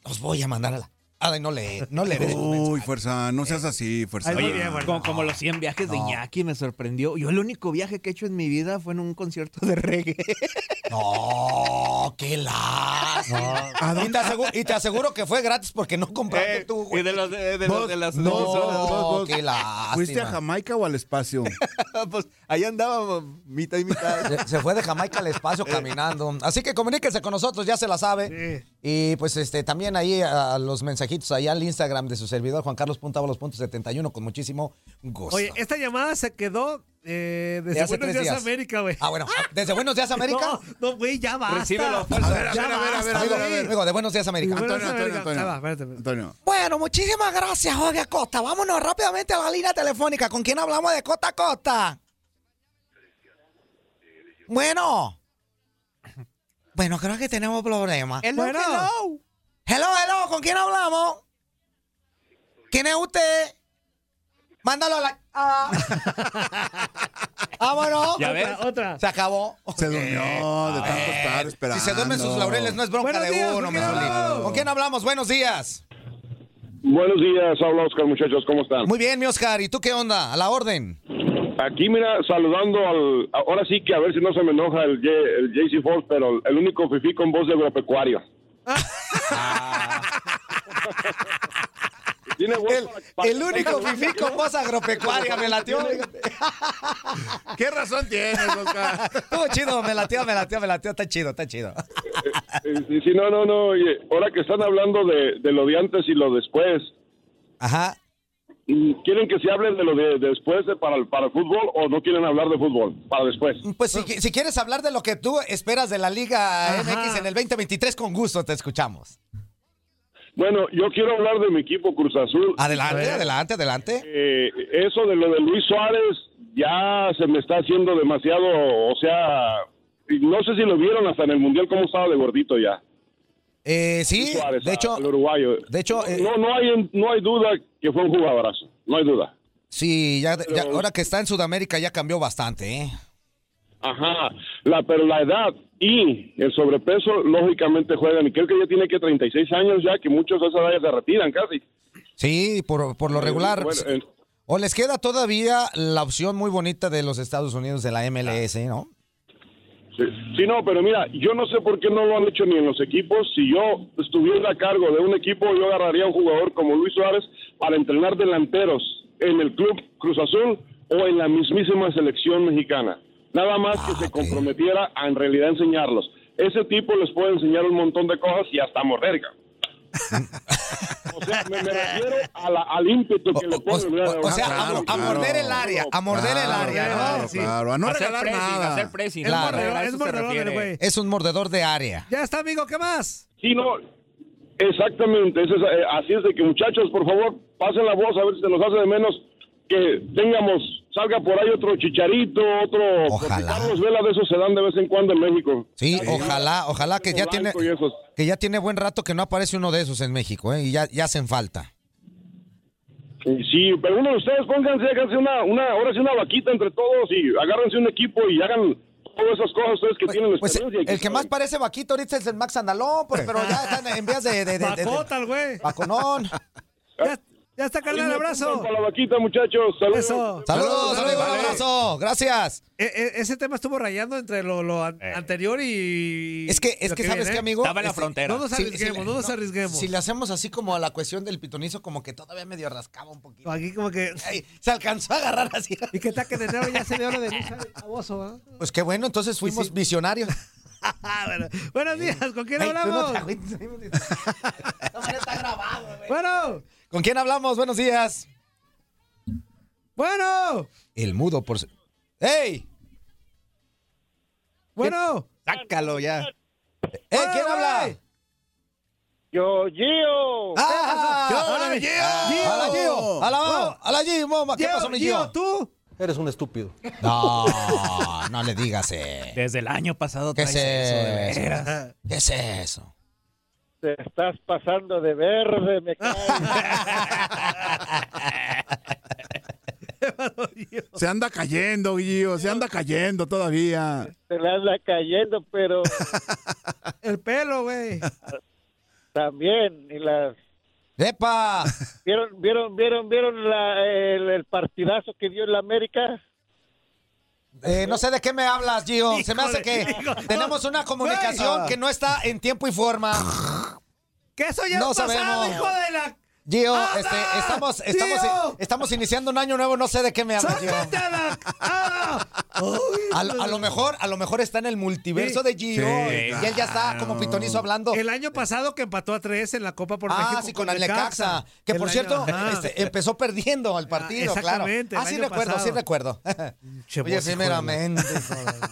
D: los voy a mandar a la... Ay, no le, no le
F: Uy, fuerza, no seas así, fuerza.
C: Ay, muy
H: Oye,
C: bien, bueno.
H: como, como los 100 viajes de
D: No.
H: Iñaki me sorprendió. Yo el único viaje que he hecho en mi vida fue en un concierto de reggae.
D: No, qué lástima. Y, te aseguro, y te aseguro que fue gratis porque no compraste tú, güey.
H: Eh, y de, los, de, de los- de las
D: no,
H: dos horas.
D: qué
F: ¿Fuiste a
D: lástima.
F: Jamaica o al espacio?
H: <laughs> pues ahí andaba mitad y mitad.
D: Se- Se fue de Jamaica al espacio
F: Eh.
D: caminando. Así que comuníquense con nosotros, ya se la sabe.
C: Sí.
D: Y pues este también ahí a los mensajitos allá al Instagram de su servidor Juan Carlos Puntábalos punto 71 con muchísimo gusto.
C: Oye, esta llamada se quedó eh,
D: De
C: desde
D: hace
C: Buenos
D: tres
C: días, América, güey.
D: Ah, bueno, desde Buenos Días América.
F: <laughs>
C: No, no, güey, ya basta.
H: Recíbelo, fuerza. A
C: Ya
H: ver,
F: a ver, a ver, a ver,
C: basta,
D: Amigo,
F: a
C: güey.
F: ver.
D: amigo, de Buenos Días América.
C: Bueno,
F: Antonio, Antonio,
C: América.
F: Antonio.
C: Ah, va, espérate, espérate.
F: Antonio.
D: Bueno, muchísimas gracias, Jorge Costa. Vámonos rápidamente a la línea telefónica. ¿Con quién hablamos de Costa a Costa? Bueno. Bueno, creo que tenemos problemas.
H: Hello,
D: Bueno.
H: hello.
D: Hello, hello, ¿con quién hablamos? ¿Quién es usted? Mándalo a la... Ah. Vámonos.
C: Ya ves. Otra.
D: Se acabó. Eh,
F: Se durmió de tanto estar esperando.
D: Si se duermen sus laureles, no es bronca
C: Buenos
D: de
C: días,
D: uno,
C: ¿con
D: mi
C: quién
D: Solín.
C: hablamos?
D: ¿Con quién hablamos? Buenos días.
I: Buenos días, habla Oscar, muchachos, ¿cómo están?
D: Muy bien, mi Oscar. ¿Y tú qué onda? A la orden.
I: Aquí, mira, saludando al. Ahora sí que a ver si no se me enoja el, J- el JC Fox, pero el único fifí con voz de
D: <laughs>
I: agropecuario. Tiene voz
D: El,
I: para- para-
D: el único fifí con voz agropecuaria
I: <laughs>
D: me latió.
E: ¿Qué razón tienes,
D: <laughs>
E: Oscar?
D: Estuvo chido, me latió, me latió, me latió. Está chido, está chido.
I: Eh, Sí, sí, no, no, no. oye, ahora que están hablando de, de lo de antes y lo después.
D: Ajá.
I: ¿Quieren que se hable de lo de después de para, el, para el fútbol o no quieren hablar de fútbol? Para después.
D: Pues si, si quieres hablar de lo que tú esperas de la Liga MX en el 2023, con gusto te escuchamos.
I: Bueno, yo quiero hablar de mi equipo Cruz Azul.
D: Adelante, adelante, adelante.
I: Eh, eso de lo de Luis Suárez ya se me está haciendo demasiado, o sea, no sé si lo vieron hasta en el Mundial cómo estaba de gordito ya.
D: Eh, sí, de hecho,
I: el uruguayo.
D: de hecho, eh,
I: No, no hay, no hay duda que fue un jugadorazo, no hay duda.
D: sí, ya, ya ahora que está en Sudamérica ya cambió bastante, ¿eh?
I: Ajá, la, pero la edad y el sobrepeso lógicamente juegan. Y creo que ya tiene que 36 años ya, que muchos de esa edad ya se retiran casi.
D: Sí, por, por lo regular.
I: Bueno, en-
D: O les queda todavía la opción muy bonita de los Estados Unidos de la MLS, ¿no?
I: Sí, sí, no, pero mira, yo no sé por qué no lo han hecho ni en los equipos. Si yo estuviera a cargo de un equipo, yo agarraría a un jugador como Luis Suárez para entrenar delanteros en el club Cruz Azul o en la mismísima selección mexicana. Nada más que
D: Ah,
I: se comprometiera a en realidad enseñarlos. Ese tipo les puede enseñar un montón de cosas y hasta morrer.
D: <laughs>
I: cabrón. o sea, me, me refiero a la- al ímpetu que le ponen. mira,
D: O sea, a,
I: claro,
D: a
I: claro.
D: morder el área, a morder el área, ¿no?
F: Claro, claro, a no
C: Hacer
F: regalar
C: pressing,
F: nada.
C: hacer pressing. Es mordedor, es mordedor el güey.
D: Es un mordedor de área.
C: Ya está, amigo, ¿qué más?
I: Sí, no, exactamente. es esa- eh, así es de que, muchachos, por favor, pasen la voz a ver si se nos hace de menos que tengamos, salga por ahí otro chicharito, otro. porque Carlos Vela de esos se dan de vez en cuando en México.
D: Sí, ojalá, ojalá que ya tiene
I: Blanco y esos.
D: que ya tiene buen rato que no aparece uno de esos en México, ¿eh? Y ya, ya hacen falta.
I: Y Sí, pero uno de ustedes pónganse, háganse una, una, ahora sí una vaquita entre todos y agárrense un equipo y hagan todas esas cosas ustedes que tienen
D: Pues
I: experiencia. y
D: el que más
I: saben.
D: parece vaquito ahorita es el Max Andalón, pues, pero ya están en vías Eh, de... de, de, de- de-
C: Bacota, el güey.
D: Baconón.
C: Ya, ya está, carnal,
I: Ahí me
C: abrazo.
I: apuntan Para la vaquita, muchachos. Saludos.
C: Eso.
D: Saludos, amigo, un
C: vale.
D: abrazo. Gracias.
C: E- e- ese tema estuvo rayando entre lo, lo an- anterior y.
D: Es que, es
C: lo
D: que ¿sabes
C: viene,
D: qué,
C: ¿eh?
D: amigo?
H: Estaba en la
D: Este,
H: frontera.
C: No nos
D: Si-
C: arriesguemos,
D: si-
C: no nos
D: no,
C: arriesguemos.
D: Si le hacemos así como a la cuestión del pitonizo, como que todavía medio rascaba un poquito.
C: Aquí como que.
D: Ay, se alcanzó a agarrar así.
C: Y que taque de enero ya se vio lo de Luisa Baboso, ¿ah?
D: Pues qué bueno, entonces fuimos
C: sí.
D: visionarios.
C: Ah, bueno. Buenos días, ¿con quién
D: Ay, tú no te
C: hablamos?
D: agüites, ahí, bonito. Esta manera está grabado, güey.
C: Bueno,
D: ¿Con quién hablamos? Buenos días.
C: bueno,
D: El mudo, por... si- ¡Ey!
C: bueno.
H: Sácalo ya.
D: ¡Ey,
C: Ah,
D: ¡Eh, quién
C: güey.
D: habla!
G: Yo, Gio.
D: ¡Ah!
C: ¡Hola, Gio! Gio.
D: ¡A la Gio! ¡A la Gio! ¡A la Gio, moma! ¿Qué
C: Gio,
D: pasó, mi
C: Gio,
D: Gio?
C: tú?
J: Eres un estúpido.
D: No, no le digas eh.
H: Desde el año pasado
D: ¿Qué
H: traes
D: es
H: eso, de
D: eso?
H: veras.
D: ¿Qué es eso?
J: Te estás pasando de verde, me
D: <laughs>
J: cae.
F: Se anda cayendo, Guillo, se anda cayendo todavía.
J: Te la anda cayendo,
D: <laughs>
J: pero
C: El pelo, güey.
J: también. Y las...
C: <laughs>
D: ¡Epa!
J: ¿Vieron, vieron, vieron, vieron la- el, el partidazo que dio en la América?
D: Eh, no sé de qué me hablas, Gio. Se me hace que
C: Híjole, hijo.
D: tenemos una comunicación
C: Güey.
D: que no está en tiempo y forma.
C: ¿Qué eso ya
D: No
C: ha pasado,
D: sabemos.
C: hijo de la.
D: Gio,
C: ¡Ada!
D: este, estamos, estamos,
C: Ah, Gio.
D: estamos iniciando un año nuevo, no sé de qué me hablas, Gio.
C: ¡Sácate a la. ¡Ah! ¡Ada!
D: A, lo- a lo mejor, a lo mejor está en el multiverso de Gio
F: Sí,
D: y él ya está como pitonizo hablando.
C: El año pasado que empató a tres en la Copa por
D: ah,
C: México.
D: sí, con el Necaxa. Que
C: El
D: por
C: año-
D: cierto,
C: ajá.
D: este, empezó perdiendo el partido, claro.
C: exactamente, el
D: Ah, sí
C: año
D: recuerdo,
C: pasado.
D: sí recuerdo. <laughs>
C: Che,
D: Oye,
C: vos, hijo de la-
D: primeramente.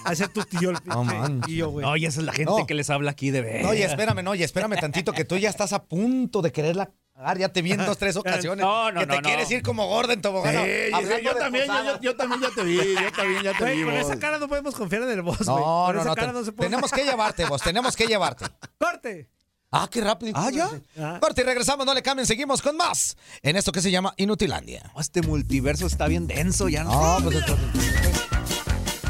C: Hace tu tío el
D: No manches.
C: tío, güey.
H: No, y esa es la gente
D: No.
H: que les habla aquí de veras.
D: No, y espérame, no, y espérame tantito que tú ya estás a punto de quererla Ah, ya te vi en dos, tres ocasiones.
C: No, no,
D: que te
C: no, no.
D: quieres ir como gordo en tobogán.
F: Sí, yo-
D: hablando
F: yo
D: de
F: también, yo-
D: posadas.
F: yo- yo también ya te vi, yo también ya te
C: Güey,
F: vi,
C: con
F: vos.
C: esa cara no podemos confiar en el boss, güey.
D: No,
C: Con
D: no,
C: esa
D: no.
C: cara
D: te-
C: se puede.
D: tenemos que llevarte, vos. Tenemos que llevarte.
C: <laughs> ¡Corte!
D: Ah, qué rápido.
C: Ah, ¿ya?
D: Corte y regresamos, no le cambien, seguimos con más en esto que se llama Inutilandia.
H: Este multiverso está bien denso, ya no.
D: No, pues,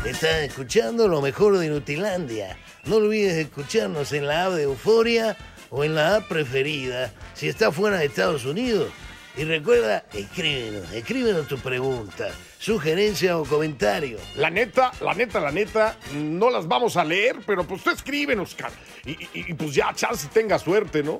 B: Estás escuchando lo mejor de Nutilandia. No olvides escucharnos en la app de Euforia o en la app preferida si estás fuera de Estados Unidos. Y recuerda, escríbenos, escríbenos tu pregunta, sugerencia o comentario.
A: La neta, la neta, la neta, no las vamos a leer, pero pues tú escríbenos, Oscar. Y, y- y pues ya, chance tenga suerte, ¿no?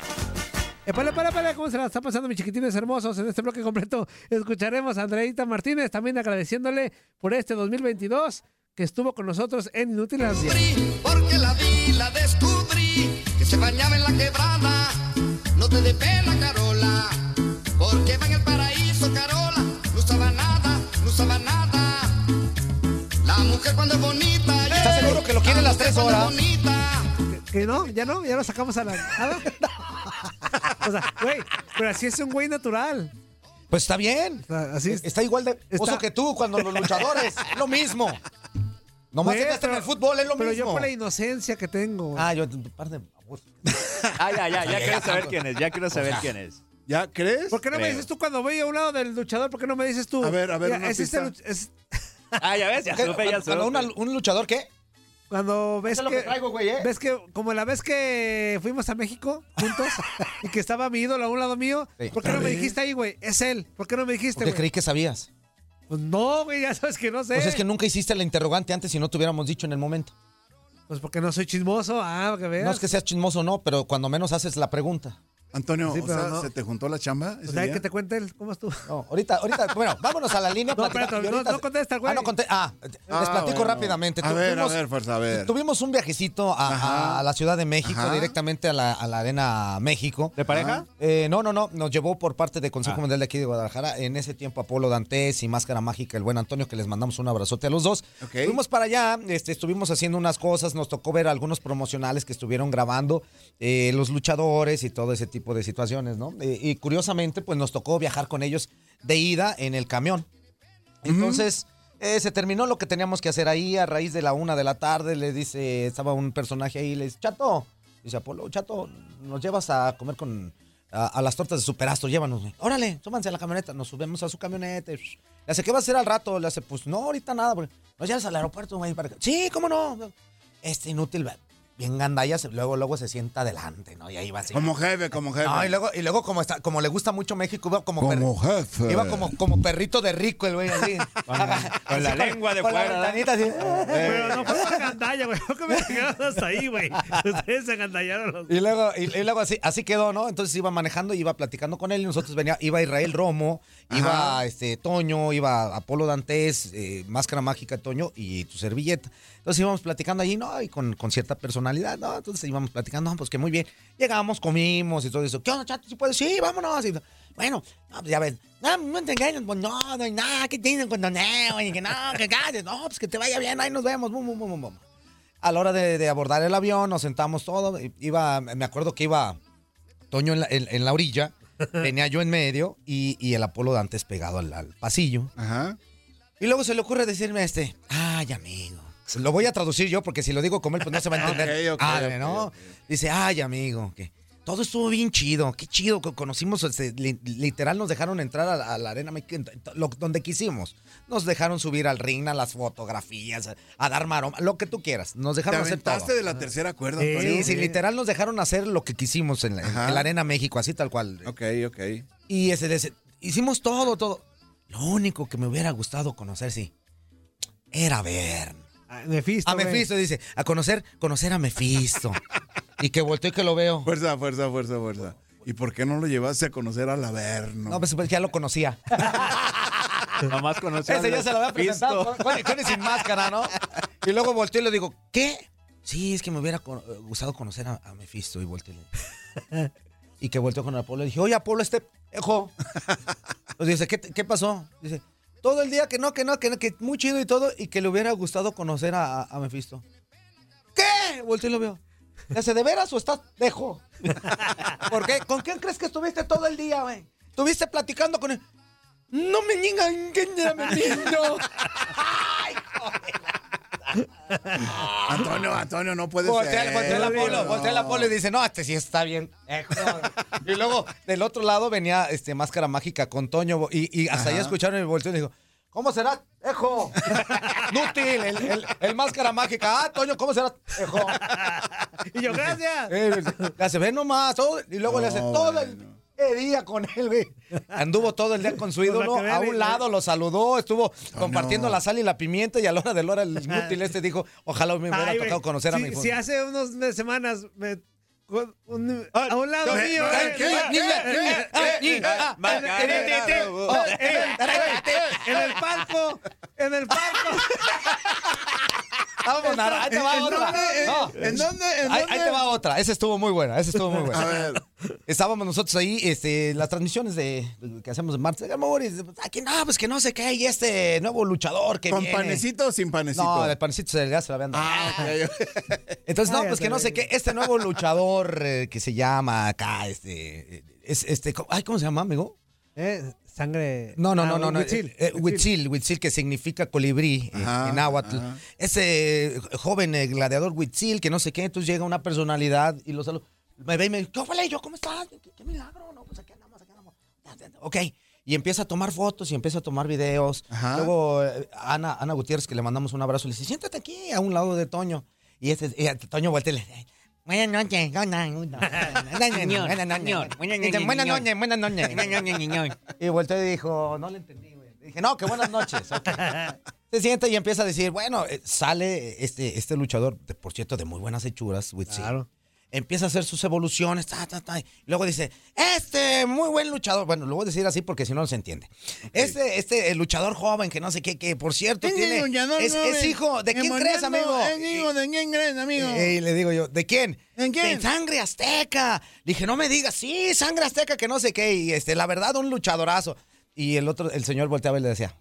C: Epale, epale, epale, ¿cómo se la está pasando, mis chiquitines hermosos? En este bloque completo escucharemos a Andreita Martínez, también agradeciéndole por este 2022 que estuvo con nosotros en Inutilandia.
K: Porque la vi, la descubrí, que se bañaba en la quebrada. No te dé pena, Carola, porque va en el paraíso, Carola. No usaba nada, no usaba nada. La mujer cuando es bonita. ¿Estás seguro que lo quieren las tres horas?
C: ¿Que no? ¿Ya no? ¿Ya lo sacamos a la nada? <laughs> O sea, güey, pero así es un güey natural.
D: pues está bien. Está igual de oso que tú cuando
C: <laughs>
D: los luchadores. es lo mismo. Nomás
C: Güey,
D: que hasta en
C: pero-
D: el fútbol es lo
C: pero
D: mismo.
C: yo por la inocencia que tengo.
D: Ah, yo, par de babos.
H: Ah, ya, ya, ya quiero saber quién es, ya quiero saber quién es.
F: ¿Ya crees?
C: ¿Por qué no me
H: Creo.
C: dices tú cuando voy a un lado del luchador? ¿Por qué no me dices tú?
F: A ver, a ver,
C: Mira,
F: una
C: es este
F: pista.
C: luch- es-
H: Ah, ya ves, ya
D: ¿Qué?
H: supe, ya
D: Cuando-
H: supe.
D: cuando una- ¿Un luchador qué?
C: Cuando ves
D: es lo que traigo, güey, ¿eh?
C: ves que como la vez que fuimos a México
D: <laughs>
C: juntos y que estaba mi ídolo a un lado mío,
D: Sí.
C: ¿por qué no me dijiste ahí, güey? Es él. ¿Por qué no me dijiste,
D: Porque
C: güey?
D: creí que sabías.
C: Pues no, güey, ya sabes que no sé.
D: Pues es que nunca hiciste la interrogante antes si no te hubiéramos dicho en el momento.
C: Pues porque no soy chismoso, ah, que veas.
D: No es que seas chismoso o no, pero cuando menos haces la pregunta.
F: Antonio,
C: Sí,
F: o
C: pero
F: sea,
C: no.
F: ¿se te juntó la chamba?
C: O
F: ese día?
C: sea, Pues que
D: ¿eh?
C: te cuente él, ¿cómo estuvo? <laughs>
D: No, ahorita, ahorita, bueno, vámonos a la línea.
C: No,
D: platicamos,
C: espérate,
D: y
C: no-
D: ahorita-
C: no contesta, güey.
D: Ah, no conte- Ah, les
F: Ah,
D: platico
F: bueno.
D: rápidamente.
F: A ver, a
D: Tuvimos-
F: ver, fuerza, a ver.
D: Tuvimos un viajecito a- a, a la Ciudad de México,
F: Ajá.
D: directamente a la, a la Arena México.
H: ¿De pareja? Ah.
D: Eh, no, no, no. Nos llevó por parte del Consejo Mundial de aquí de Guadalajara. En ese tiempo, Apolo Dantes y Máscara Mágica, el buen Antonio, que les mandamos un abrazote a los dos.
F: Ok.
D: Fuimos para allá, este, estuvimos haciendo unas cosas. Nos tocó ver algunos promocionales que estuvieron grabando, eh, los luchadores y todo ese tipo de situaciones, ¿no? Eh, y curiosamente, pues nos tocó viajar con ellos de ida en el camión. Entonces, eh, se terminó lo que teníamos que hacer ahí a raíz de la una de la tarde. Le dice, estaba un personaje ahí, le dice, Chato, dice Apolo, Chato, nos llevas a comer con a, a las tortas de superastro, llévanos. güey. Órale, súbanse a la camioneta, nos subimos a su camioneta. y, shh. Le hace, ¿qué va a hacer al rato? Le hace, pues no, ahorita nada, porque nos llevas al aeropuerto, güey. Para... que-". Sí, ¿cómo no? Este inútil, va, bien gandalla, se- luego, luego se sienta adelante, ¿no? Y ahí va así.
F: Como jefe, como jefe.
D: No, y luego, y luego como, está, como le gusta mucho México, iba como,
F: Como jefe.
D: Iba como, como perrito de rico el güey, así.
H: Con, con la
D: <laughs> Así con-
H: lengua de
D: con la
H: fuera. ¿verdad?
D: ventanita así.
C: Pero no fue una gandalla, güey. Fue que me llegaron hasta ahí, güey.
D: <laughs>
C: Ustedes se agandallaron los.
D: Y luego, y, y luego así, así quedó, ¿no? Entonces iba manejando, iba platicando con él y nosotros venía, iba Israel Romo, iba este Toño, iba Apolo Dantes, eh, Máscara Mágica Toño y tu servilleta. Entonces íbamos platicando allí, ¿no? Y con, con cierta personalidad, ¿no? Entonces íbamos platicando, ah, pues que muy bien. Llegamos, comimos y todo eso. ¿Qué onda, chato? ¿Sí puedes? Sí, vámonos. Y, bueno, no, pues ya ves. No, no te engañes, pues no, no hay nada, ¿qué tienen cuando no? Y que no, que calles, no, pues que te vaya bien, ahí nos vemos, bum, bum, bum, bum, bum. a la hora de, de abordar el avión, nos sentamos todos. i- Iba, me acuerdo que iba Toño en la, en- en la orilla, venía yo en medio y, y el Apolo Dantes pegado al, al pasillo.
F: Ajá.
D: Y luego se le ocurre decirme a este, ay amigo. Lo voy a traducir yo porque si lo digo como él, pues no
F: <laughs>
D: se va a entender.
F: Ok, ok,
D: Ah,
F: ok,
D: ¿no?
F: ok.
D: Dice, ay amigo, que todo estuvo bien chido, qué chido, que conocimos, este, li- literal nos dejaron entrar a, a la arena, Mex- en to- lo- donde quisimos. Nos dejaron subir al ring, a las fotografías, a, a dar maroma, lo que tú quieras. Nos
F: Te
D: dejaron hacer todo.
F: aventaste de la tercera cuerda,
C: Sí,
F: Antonio.
D: Sí, sí, literal nos dejaron hacer lo que quisimos en la, en-
F: Ajá.
D: en la Arena México, así tal cual.
F: Ok, ok.
D: Y ese, ese- hicimos todo, todo. Lo único que me hubiera gustado conocer, sí, era a Bern.
C: A Mephisto.
D: A
C: Ah, güey.
D: Mefisto, dice,
F: <laughs>
D: a conocer, conocer a Mefisto. y que volteo y que lo veo.
F: Fuerza, fuerza, fuerza, fuerza. ¿Y por qué no lo llevaste a conocer al Averno?
D: No, pues, pues, ya lo conocía.
H: Nomás conocí a
D: Ese ya se <laughs> lo había presentado
H: Visto.
D: con, con- con y sin máscara, ¿no? Y luego volteó y le digo, ¿qué? Sí, es que me hubiera con- eh, gustado conocer a, a Mephisto. Y volteé y le- Y que volteó con Apolo. Le dije, oye, Apolo, este ejo. Pues dice, ¿qué, te- qué pasó? Dice, todo el día que no, que no, que no, que muy chido y todo. Y que le hubiera gustado conocer a, a- a Mephisto. ¿Qué? Volteé y lo veo. Le Dice, ¿de veras o estás dejo? ¿Por qué? ¿Con quién crees que estuviste todo el día, güey? Estuviste platicando con él. No me niegan, que ya me niño.
F: Antonio, Antonio, no puede
D: Voltea,
F: ser.
D: voltea el Apolo,
F: No.
D: voltea el Apolo y dice, no, este sí está bien. Y luego, del otro lado venía este Máscara Mágica con Toño y, y hasta
F: Ajá.
D: allá escucharon el volteo y dijo, ¿cómo será, Ejo? <laughs> Nútil, el, el- el Máscara Mágica. Ah, Toño, ¿cómo será, Ejo?
C: Y yo, gracias.
D: Eh, Le hace, ven nomás. todo", y luego le hace
C: No,
D: todo el eh, día con él, güey. Anduvo todo el día con su
C: Pues para
D: ídolo.
C: que vean,
D: A un
C: eh,
D: lado lo saludó, estuvo compartiendo
C: no.
D: la sal y la pimienta. Y a la hora de la hora, el inútil este dijo: Ojalá me hubiera
C: Ay, güey,
D: tocado conocer a
C: si-
D: mi hijo.
C: Si hace unas me- semanas me. con un- a un lado
D: Ah, no,
C: mío.
D: no,
C: eh,
D: ¿qué?
C: eh,
D: Ni-
C: eh,
D: ni-
C: eh,
D: eh,
C: eh,
D: ni-
C: eh,
D: ah,
C: en el- en el-
D: Macarena,
C: en el-
D: robó.
C: en el- En el palco. En el palco.
D: Vamos, Nara, ahí te va
C: ¿En
D: otra.
C: dónde?
D: No.
C: ¿En dónde? ¿En
D: Ahí,
C: dónde?
D: ahí te va otra. Esa estuvo muy buena. Esa estuvo muy buena.
C: A
D: Estábamos nosotros ahí, este, las transmisiones de que hacemos en martes. Amores, aquí no, pues que no sé qué, y este nuevo luchador que
F: ¿Con
D: viene.
F: panecito o sin panecito?
D: No, el panecito se, ya se lo habían dado. <laughs> Entonces, no,
F: Ah, ya
D: pues
F: se
D: que no
F: ve.
D: sé qué. Este nuevo luchador eh, que se llama acá, este. eh, Es, este ¿cómo- ay, ¿cómo se llama, amigo?
C: Eh, sangre.
D: No, no,
C: Ah,
D: no, no. no.
C: Huitzil,
D: eh, eh,
C: Huitzil.
D: Huitzil, Huitzil, que significa colibrí eh,
C: Ajá,
D: en náhuatl.
C: ajá.
D: Ese joven eh, gladiador Huitzil, que no sé qué, entonces llega una personalidad y lo saluda. Me ve y me dice, ¿qué huele? Yo, ¿cómo estás? ¿Qué, qué milagro? No, pues aquí andamos, aquí andamos. Ok. Y empieza a tomar fotos y empieza a tomar videos. Luego eh, Ana, Ana Gutiérrez, que le mandamos un abrazo, le dice, siéntate aquí a un lado de Toño. Y, este, y a Toño voltea y le dice, Buenas noches, buenas
K: Señor, señor.
D: noches. Buenas noches, buenas noches. Y volteó y dijo, no le entendí, güey. Dije, no, que buenas
F: <laughs>
D: noches. ok. Se sienta y empieza a decir, bueno, eh, sale este, este luchador, de- por cierto, de muy buenas hechuras, Huitzi. Empieza a hacer sus evoluciones, ta, ta, ta. y Luego dice, este, muy buen luchador. Bueno, lo voy a decir así porque si no, no se entiende. Este, este eh, luchador joven que no sé qué, que por cierto
F: Es
D: tiene...
F: Este luchador
D: es, es
F: joven.
D: hijo, ¿de quién crees, amigo?
F: Es hijo de quién crees, amigo.
D: Eh, Y le digo yo, ¿de quién?
F: ¿En quién?
D: De sangre azteca. Le dije, no me digas, sí, sangre azteca, que no sé qué. Y este, la verdad, un luchadorazo. Y el otro, el señor volteaba y le decía,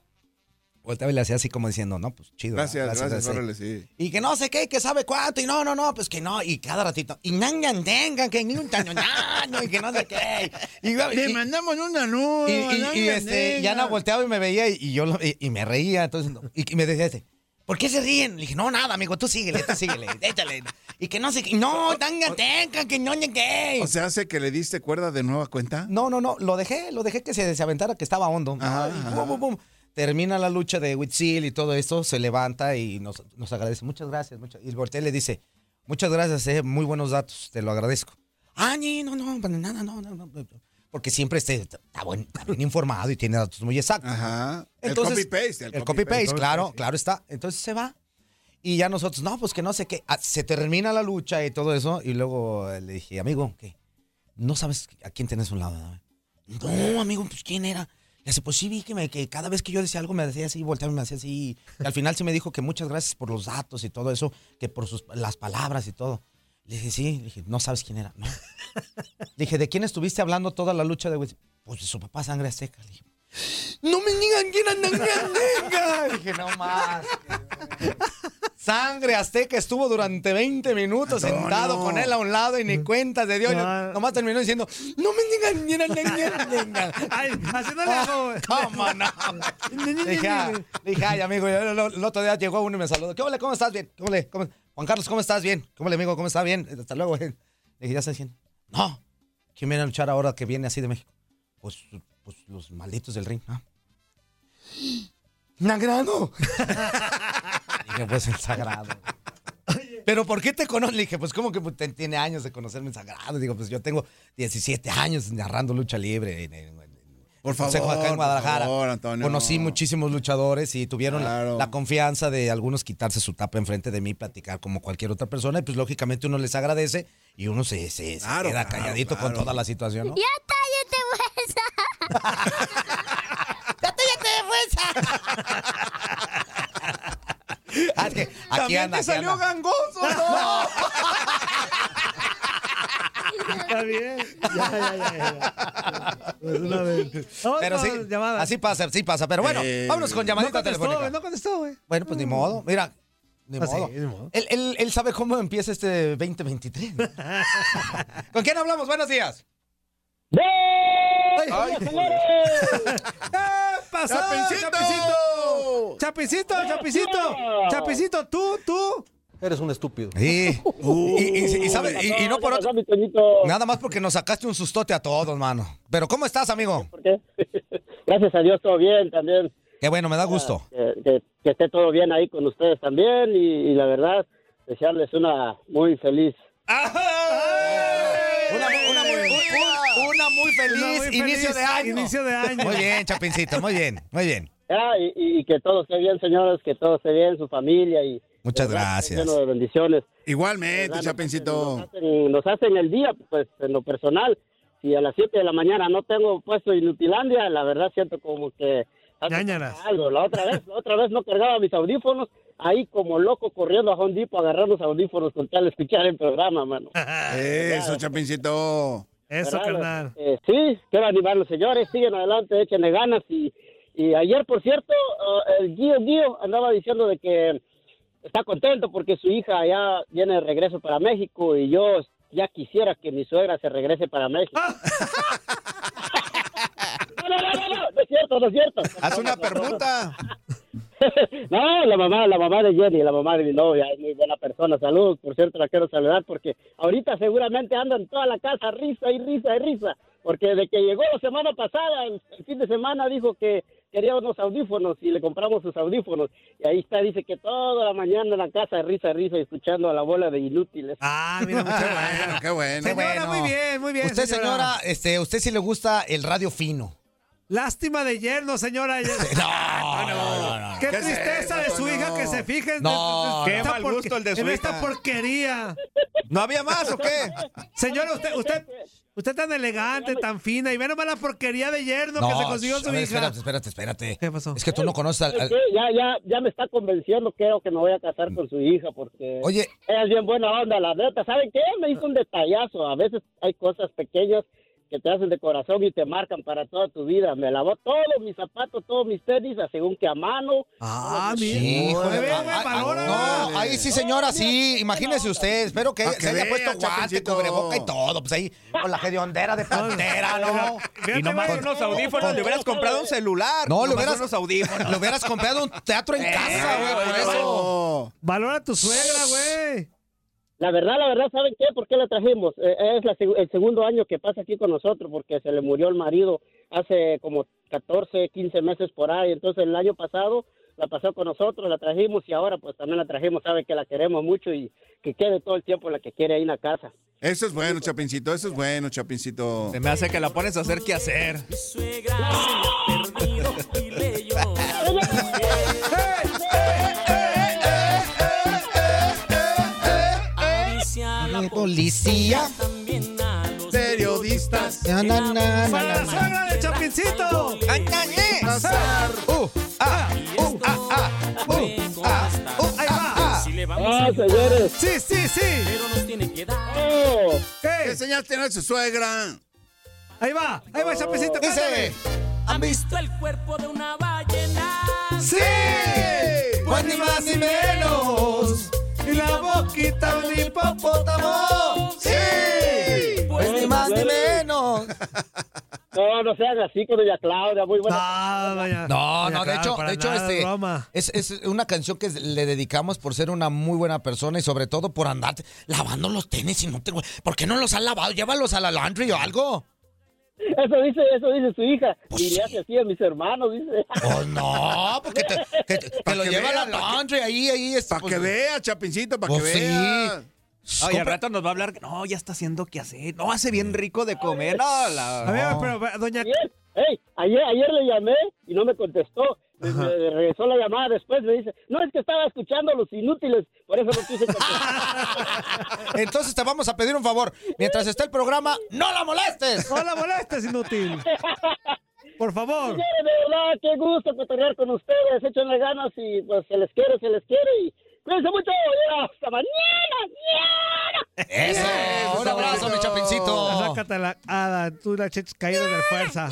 D: volteaba y le hacía así como diciendo, no, pues chido.
F: Gracias,
D: ¿verdad?
F: gracias,
D: sí.
F: órale, sí.
D: Y que no sé qué, que sabe cuánto, y no, no, no, pues que no, y cada ratito, y nangan tengan, que ni un taño, ñaño, y que no sé qué. Y,
F: Le
D: mandamos una luz. Y, y- y, este, ya no volteaba y me veía, y, y yo lo- y, y me reía, entonces, no, y, y me decía este, ¿por qué se ríen? Le dije, no, nada, amigo, tú síguele,
F: <laughs>
D: tú síguele, échale. Y que no sé qué, no, tangan tengan, que no, ni qué.
F: O sea, hace que le diste cuerda de nueva cuenta. Ah,
D: No, no, no, lo dejé, lo dejé que se desaventara, que estaba hondo. Y pum, pum, pum. Termina la lucha de Huitzil y todo esto, se levanta y nos, nos agradece. Muchas gracias. muchas-". Y voltea y le dice, muchas gracias, eh, muy buenos datos, te lo agradezco. Ah, ni, no, no, para nada, no, no, no. no". Porque siempre este, está, buen- está bien informado y tiene datos muy exactos. Ajá.
F: El copy-paste, el
D: El copy-paste,
F: copy-paste.
D: claro, claro está. Entonces se va. Y ya nosotros, no, pues que no sé qué. Ah, Se termina la lucha y todo eso. Y luego eh, le dije, amigo, ¿qué? No sabes a quién tenés a un lado. ¿no? No, amigo, pues ¿quién era? Le hace, pues sí, vi que, me- que cada vez que yo decía algo me decía así, volteaba y me hacía así. Y al final sí me dijo que muchas gracias por los datos y todo eso, que por sus, las palabras y todo. Le dije, sí, le dije, no sabes quién era. No. <laughs> Le dije, ¿de quién estuviste hablando toda la lucha de Wiz-?" Pues de su papá sangre azteca. Le dije, no me niegan quién <laughs> andan, Dije, no más. Sangre Azteca estuvo durante 20 minutos
K: Antonio.
D: sentado con él a un lado y ni cuentas de Dios.
K: No.
D: Nomás terminó diciendo, no me digan, ni na, na, na, na, <laughs> na".
C: Ay, haciéndole como.
D: Come on, Le dije, "Ah", le dije, ay, amigo, y el, el otro día llegó uno y me saludó. ¿Qué hola? ¿Cómo estás? Bien. ¿Cómo le? ¿Cómo- Juan Carlos, ¿cómo estás? Bien. ¿Cómo le, amigo? ¿Cómo estás? Bien. Hasta luego. eh". Le dije, ya se diciendo. No. ¿Quién viene a luchar ahora que viene así de México? Pues, pues los malditos del ring. ¿no? ¡Nagrado! <laughs> Dije, pues el sagrado. ¿Pero por qué te conoces? Le dije, pues como que te- tiene años de conocerme en sagrado. Digo, pues yo tengo 17 años narrando lucha libre en, en- en-
F: Por favor,
D: Consejo acá en
F: por
D: Guadalajara.
F: favor, Antonio.
D: Conocí muchísimos luchadores y tuvieron la-
F: Claro.
D: la, confianza de algunos quitarse su tapa enfrente de mí, platicar como cualquier otra persona. Y pues lógicamente uno les agradece y uno se, se- se
F: Claro,
D: queda
F: claro,
D: calladito
F: claro.
D: con toda la situación, ¿no? Ah, <laughs> es que aquí
K: También
D: anda,
K: te
D: aquí
K: salió
D: anda.
K: gangoso, ¿no?
C: Está bien. Ya, ya, ya, ya. Pues una vez. Vamos
D: Pero
C: con
D: sí,
C: llamadas.
D: así pasa, sí pasa. Pero bueno,
C: Eh,
D: vámonos con llamadita
C: no contestó,
D: telefónica.
C: güey, No contestó, güey.
D: Bueno, pues ni modo. Mira, ni
C: Ah, sí,
D: modo.
C: ni modo.
D: Él, él- él sabe cómo empieza este 2023. ¿no? ¿Con quién hablamos? Buenos días. Ay, ay. ¡Ah,
C: ¿Qué pasó?
K: ¡Chapincito!
C: Chapincito, Chapincito, Chapincito, Chapincito, tú, tú.
D: Eres un estúpido. <laughs> Sí. y, y- y sabe- y- y no por
G: <laughs>
D: otro. Nada más porque nos sacaste un sustote a todos, mano. Pero ¿cómo estás, amigo?
L: <laughs> Gracias a Dios, todo bien también. Ah,
D: Qué bueno, me da gusto.
L: Que, que- que esté todo bien ahí con ustedes también y, y la verdad, desearles una muy feliz.
D: Una, una muy, un- una muy feliz,
L: Una muy
D: inicio
L: feliz
D: de año.
L: inicio de año.
D: Muy bien, Chapincito, muy bien, muy bien.
L: Ah, y, y que todo esté bien, señores, que todo esté bien, su familia y...
D: Muchas
L: de verdad,
D: gracias.
L: Lleno de bendiciones.
F: Igualmente,
L: De verdad,
F: Chapincito.
L: Nos hacen, nos hacen el día, pues, en lo personal. Si a las 7 de la mañana no tengo puesto Inutilandia, la verdad siento como que... hace falta Algo. La otra vez, la otra vez no cargaba mis audífonos, ahí como loco corriendo a Home Depot a agarrar los audífonos con tal de escuchar el programa, mano.
F: Eso, Chapincito.
L: ¿Verdad? Eh, sí, quiero animar a los señores, siguen adelante, échenle ganas. Y, y ayer, por cierto, eh, el Guío Guío andaba diciendo de que está contento porque su hija ya viene de regreso para México y yo ya quisiera que mi suegra se regrese para México. <laughs> no, no, no, no, no, no es cierto, no es cierto. Haz una permuta. No, la mamá, la mamá de Jenny, la mamá de mi novia, es muy buena persona. Saludos, por cierto, la quiero saludar porque ahorita seguramente anda en toda la casa risa y risa y risa. Porque de que llegó la semana pasada, el, el fin de semana, dijo que quería unos audífonos y le compramos sus audífonos. Y ahí está, dice que toda la mañana en la casa risa y risa y escuchando a la bola de inútiles.
C: Ah, mira,
F: Bueno, qué bueno.
D: Señora,
C: muy bien, muy bien,
D: Usted,
C: señora.
D: señora, este, usted sí le gusta el radio fino.
C: Lástima de yerno,
D: <laughs>
C: señora.
D: No, no, no, no.
C: Qué
D: ¿Qué es
C: tristeza de
D: eso,
C: su
D: no?
C: hija que se fije en
D: No,
C: en
D: no.
C: esta
D: Qué mal
C: porque-
D: gusto el de su
C: en esta
D: hija.
C: porquería.
D: ¿No había más o qué?
C: Señora, usted, usted, usted tan elegante, tan fina, y ve nomás la porquería de yerno que se consiguió
D: sh-
C: su
D: a ver,
C: hija.
D: Espérate, espérate, espérate. ¿Qué pasó? Es que tú no conoces al.
L: ¿Sabes
D: al-
L: qué? Ya, ya, ya me está convenciendo, creo que me voy a casar con su hija porque
D: Oye.
L: ella es bien buena onda, la neta. ¿Saben qué? Me hizo un detallazo. A veces hay cosas pequeñas que te hacen de corazón y te marcan para toda tu vida. Me lavó todos mis zapatos, todos mis tenis, a según que a mano.
C: Ah,
D: mira. Hijo de- Ah, no, ahí sí, señora, sí. Imagínese usted. Espero que
F: Pa' que
D: se haya
F: vea,
D: puesto guante,
F: Chapincito.
D: cubreboca y todo. Pues ahí, con la hediondera de pantera, ¿no?
H: Y nomás
D: con-
H: unos audífonos, le hubieras comprado un celular.
D: No, le
H: nomás
D: hubieras,
H: unos audífonos.
D: le hubieras comprado un teatro en casa, güey, por eso.
C: Valora a tu suegra, güey.
L: La verdad, la verdad, ¿saben qué? ¿Por qué la trajimos? Eh, es la seg- el segundo año que pasa aquí con nosotros porque se le murió el marido hace como 14, 15 meses por ahí. Entonces el año pasado la pasó con nosotros, la trajimos y ahora pues también la trajimos. Saben que la queremos mucho y que quede todo el tiempo la que quiere ahí en la casa.
F: Eso es bueno, Chapincito. Eso es bueno, Chapincito.
H: Se me hace que la pones a hacer qué hacer.
D: Policía.
F: Periodistas.
D: Na, na, na, na,
C: Para la
D: na.
C: suegra de Chapincito.
D: Pasar. Uh, ah, uh, ah, ah, uh, ah, uh,
C: ahí va.
L: Ah, señores.
C: Sí, sí, sí. Pero nos tienen que dar.
F: ¿Qué señal tiene su suegra?
C: Ahí va, ahí va, Chapincito.
F: Dice,
C: ¿Han visto el cuerpo de una ballena? ¡Sí!
K: Pues ni más ni menos.
C: Y la boquita un hipopótamo.
K: ¡Sí!
D: Pues ni más ni menos.
L: No, no sean así con doña Claudia, muy
D: Ah.
L: buena.
D: No, no, de
C: claro,
D: hecho,
C: para
D: de hecho,
C: nada,
D: este,
C: broma.
D: es, es una canción que le dedicamos por ser una muy buena persona y sobre todo por andar lavando los tenis y no te... ¿Por qué no los has lavado? Llévalos a la laundry o algo.
L: Eso dice, eso dice su hija.
D: Pues
L: y le hace así a mis hermanos,
J: <laughs>
L: dice.
D: No, porque te,
F: <laughs>
D: que te- te lo lleva a la laundry ahí, ahí. Para
F: que vea, Chapincito, para
D: Pues
F: que
D: sí.
F: vea.
H: Ay, al rato nos va a hablar. No, ya está haciendo qué hacer. No, hace bien rico de comer. No, la.
C: A ver, pero, pero, doña.
J: hey, ayer, ayer le llamé y no me contestó. Me- me regresó la llamada después, me dice, no, es que estaba escuchando a los inútiles, por eso no quise
D: <laughs>
J: contestar.
D: <laughs> Entonces te vamos a pedir un favor. Mientras está el programa, ¡no la molestes!
C: ¡No la molestes, inútil! Por favor.
J: Señores, de verdad, qué gusto cotorrear con ustedes, échenle ganas y pues se les quiere, se les quiere y cuídense mucho, y hasta mañana,
D: ¡Eso! ¡Un pues, abrazo, mi chapincito!
C: Sácatela, Ada, tú la cheches caído de la fuerza.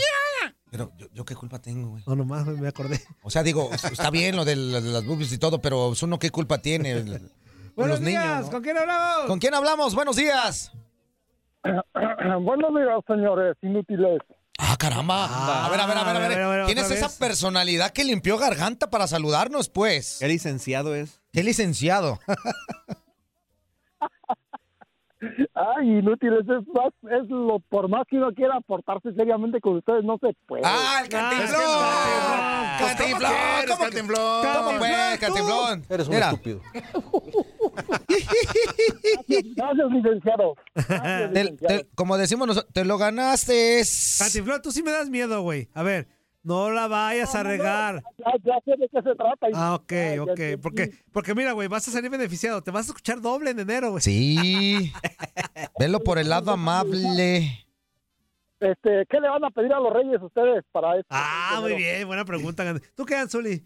D: Pero, ¿yo, yo qué culpa tengo, güey?
C: No, nomás güey, me acordé.
D: O sea, digo, está bien lo de las, de las boobies y todo, pero uno qué culpa tiene. Con
C: Buenos
D: los niños,
C: días,
D: ¿no?
C: ¿con quién hablamos?
D: ¿Con quién hablamos? Buenos días.
M: <clears throat> Buenos días, señores inútiles.
D: Ah, caramba. a ver, a ver, a ver, a ver.
M: bueno, bueno,
D: ¿Quién es
M: otra
D: esa
M: vez.
D: personalidad que limpió garganta para saludarnos, pues? Qué licenciado es. Qué <laughs> licenciado.
M: Ay, inútiles, es, más, es lo, por más que uno quiera portarse seriamente con ustedes, no se puede.
D: ¡Ah, el cantinflón! ¡Cantinflón! ¿Cómo que- ¿Cómo pues, cantinflón?
M: Eres
D: Eres
M: un
D: un
M: estúpido. Gracias, licenciado.
D: Te- te- como decimos nosotros, te lo ganaste.
C: Cantinflón, tú sí me das miedo, güey. A ver, no la vayas a regar.
M: Ya, ya sé de qué se trata.
C: Ah, ok, ok. Porque, porque mira, güey, vas a salir beneficiado. Te vas a escuchar doble en enero, güey.
D: Sí. Velo por el lado amable.
M: Este, ¿Qué le van a pedir a los reyes ustedes para esto?
C: Ah, muy bien, buena pregunta. Gandhi. ¿Tú qué, Anzuli? Eh,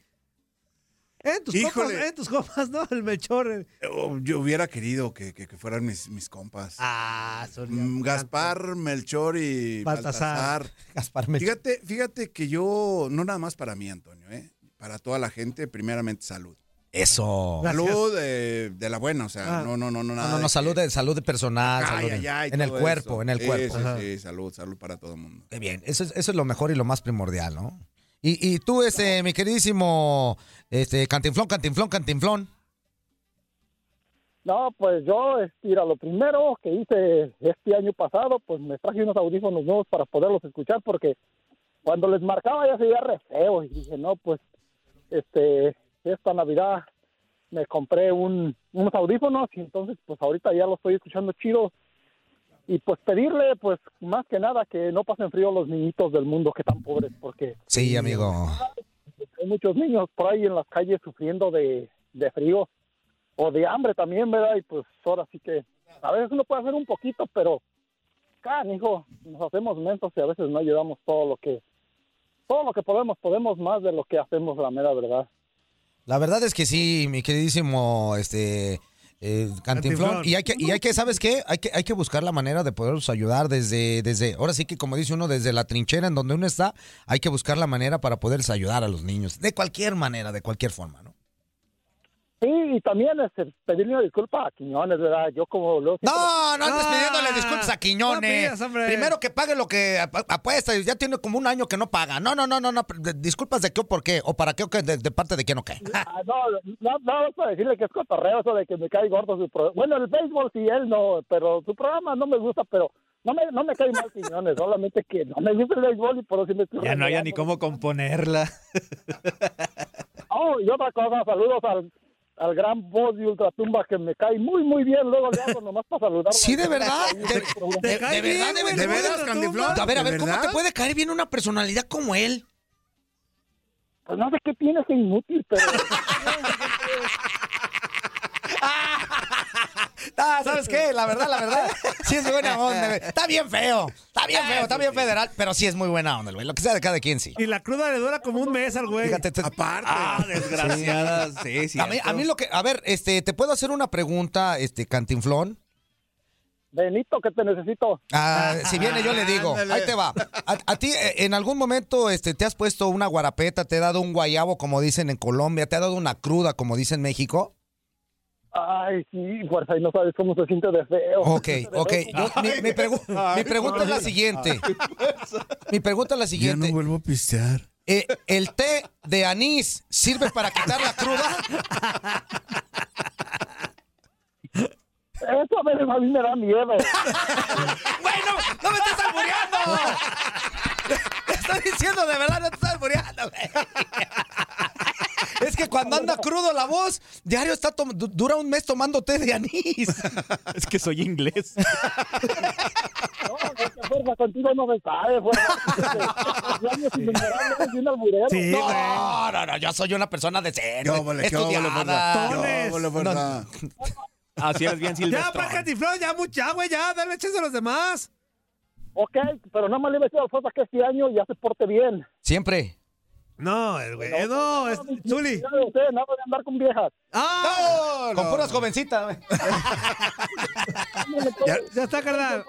C: En tus
F: Híjole.
C: copas, eh, en tus copas, ¿no? El mechor.
F: Oh, Yo hubiera querido que, que- que fueran mis, mis compas.
C: Ah,
F: Mm, Gaspar, Melchor y
C: Baltasar.
F: Baltasar.
D: Gaspar Melchor.
F: Fíjate, fíjate que yo, no nada más para mí, Antonio, ¿eh? para toda la gente, primeramente salud.
D: Eso.
F: Salud eh, de la buena, o sea,
D: Ah.
F: no, no, no, no,
D: No,
F: nada.
D: no, no,
F: de-
D: salud, de- salud de personal,
F: Ay,
D: salud de-
F: ay, ay,
D: en el
F: todo
D: cuerpo,
F: eso.
D: en el
F: Sí,
D: cuerpo.
F: Sí,
D: Ajá.
F: sí, salud, salud para todo el mundo.
D: Qué bien, eso es, eso es lo mejor y lo más primordial, ¿no? Y, y tú, este, mi queridísimo, este, cantinflón, cantinflón, cantinflón.
M: No, pues yo, este, mira, lo primero que hice este año pasado, pues me traje unos audífonos nuevos para poderlos escuchar porque cuando les marcaba ya se veía re feo y dije, no, pues, este, esta Navidad me compré un, unos audífonos y entonces, pues ahorita ya los estoy escuchando chido. Y pues pedirle, pues, más que nada que no pasen frío los niñitos del mundo que están pobres porque
D: Sí, amigo.
M: hay muchos niños por ahí en las calles sufriendo de, de frío o de hambre también, ¿verdad? Y pues ahora sí que a veces uno puede hacer un poquito, pero hijo, nos hacemos mentos y a veces no ayudamos todo lo que todo lo que podemos, podemos más de lo que hacemos, la mera verdad.
D: La verdad es que sí, mi queridísimo, este, eh, cantinflón.
M: Cantinflón.
D: Y hay que, y hay que, ¿sabes qué? Hay que, hay que buscar la manera de poderlos ayudar desde, desde, ahora sí que como dice uno, desde la trinchera en donde uno está, hay que buscar la manera para poderles ayudar a los niños, de cualquier manera, de cualquier forma, <laughs> ¿no?
M: Sí, y también este, pedirle una disculpa a Quiñones, ¿verdad? Yo como luego siempre-
D: No, no andes pidiéndole disculpas a Quiñones.
M: pidas, hombre.
D: Primero que pague lo que ap- apuesta, ya tiene como un año que no paga. No, no, no, no, no. de- disculpas de qué o por qué, o para qué o qué, de, de parte de quién o qué.
M: Ah, no, no, no, es para decirle que es cotorreo eso de que me cae gordo su programa. Bueno, el béisbol sí, él no, pero su programa no me gusta, pero no me, no me cae mal Quiñones, solamente que no me gusta el béisbol y por eso sí me estoy
H: Ya no haya
M: regañando.
H: ni cómo componerla.
M: Oh, y otra cosa, saludos al, al gran voz de Ultratumba que me cae muy, muy bien, luego le hago nomás para saludar.
D: Sí, de verdad.
M: De,
D: ¿De veras, Cantinflón? A ver, a ver, ¿cómo te puede caer bien una personalidad como él?
M: Pues no sé qué tienes de inútil, pero...
D: Ah, ¿sabes qué? La verdad, la verdad, sí es buena onda, güey. Está bien feo, está bien feo, está bien federal, pero sí es muy buena onda, güey. Lo que sea de cada quien, sí.
C: Y la cruda le dura como un mes al güey.
D: Aparte.
H: Ah, desgraciada, sí,
D: a, mí,
H: cierto.
D: a mí lo que, a ver, este, ¿te puedo hacer una pregunta, este, Cantinflón?
M: Benito, que te necesito.
D: Ah, si viene yo le digo,
M: Ándale.
D: ahí te va. A, a ti eh, en algún momento este, te has puesto una guarapeta, te ha dado un guayabo como dicen en Colombia, te ha dado una cruda como dicen en México.
M: Ay, sí, fuerza, y no sabes cómo se siente de feo.
D: Ok,
G: <laughs>
D: ok. Yo- mi, mi pregu- mi pregunta es la
M: ay,
D: siguiente. Mi pregunta es la siguiente.
F: no vuelvo a pistear.
D: Eh, ¿El té de anís sirve para quitar la cruda?
M: Eso a, ver, a mí me da miedo.
D: <laughs> ¡Bueno! ¡No me estás albureando! ¡Te estoy diciendo de verdad, no te estás albureando, güey. Es que cuando anda crudo la voz, diario está tom- du- dura un mes tomando té de anís.
K: Es que soy inglés.
M: fuerza contigo no se sabe, fuerza. Los años innumerables y un alburero.
D: no, no, no, yo soy una persona de cero. estudiada. No,
K: Así eres bien
C: Ya,
K: silvestre.
C: pa' Cantinflón, ya mucha, güey, ya, dale chance a los demás.
M: Ok, pero nada más le deseo al Fosa que este año ya se porte bien.
D: Siempre.
C: No, el güey. eh, no, es Zuli.
M: No sé, nada de andar con viejas.
C: ¡Ah!
D: con puras jovencitas. güey.
M: pues,
C: Ya, ya está, carnal.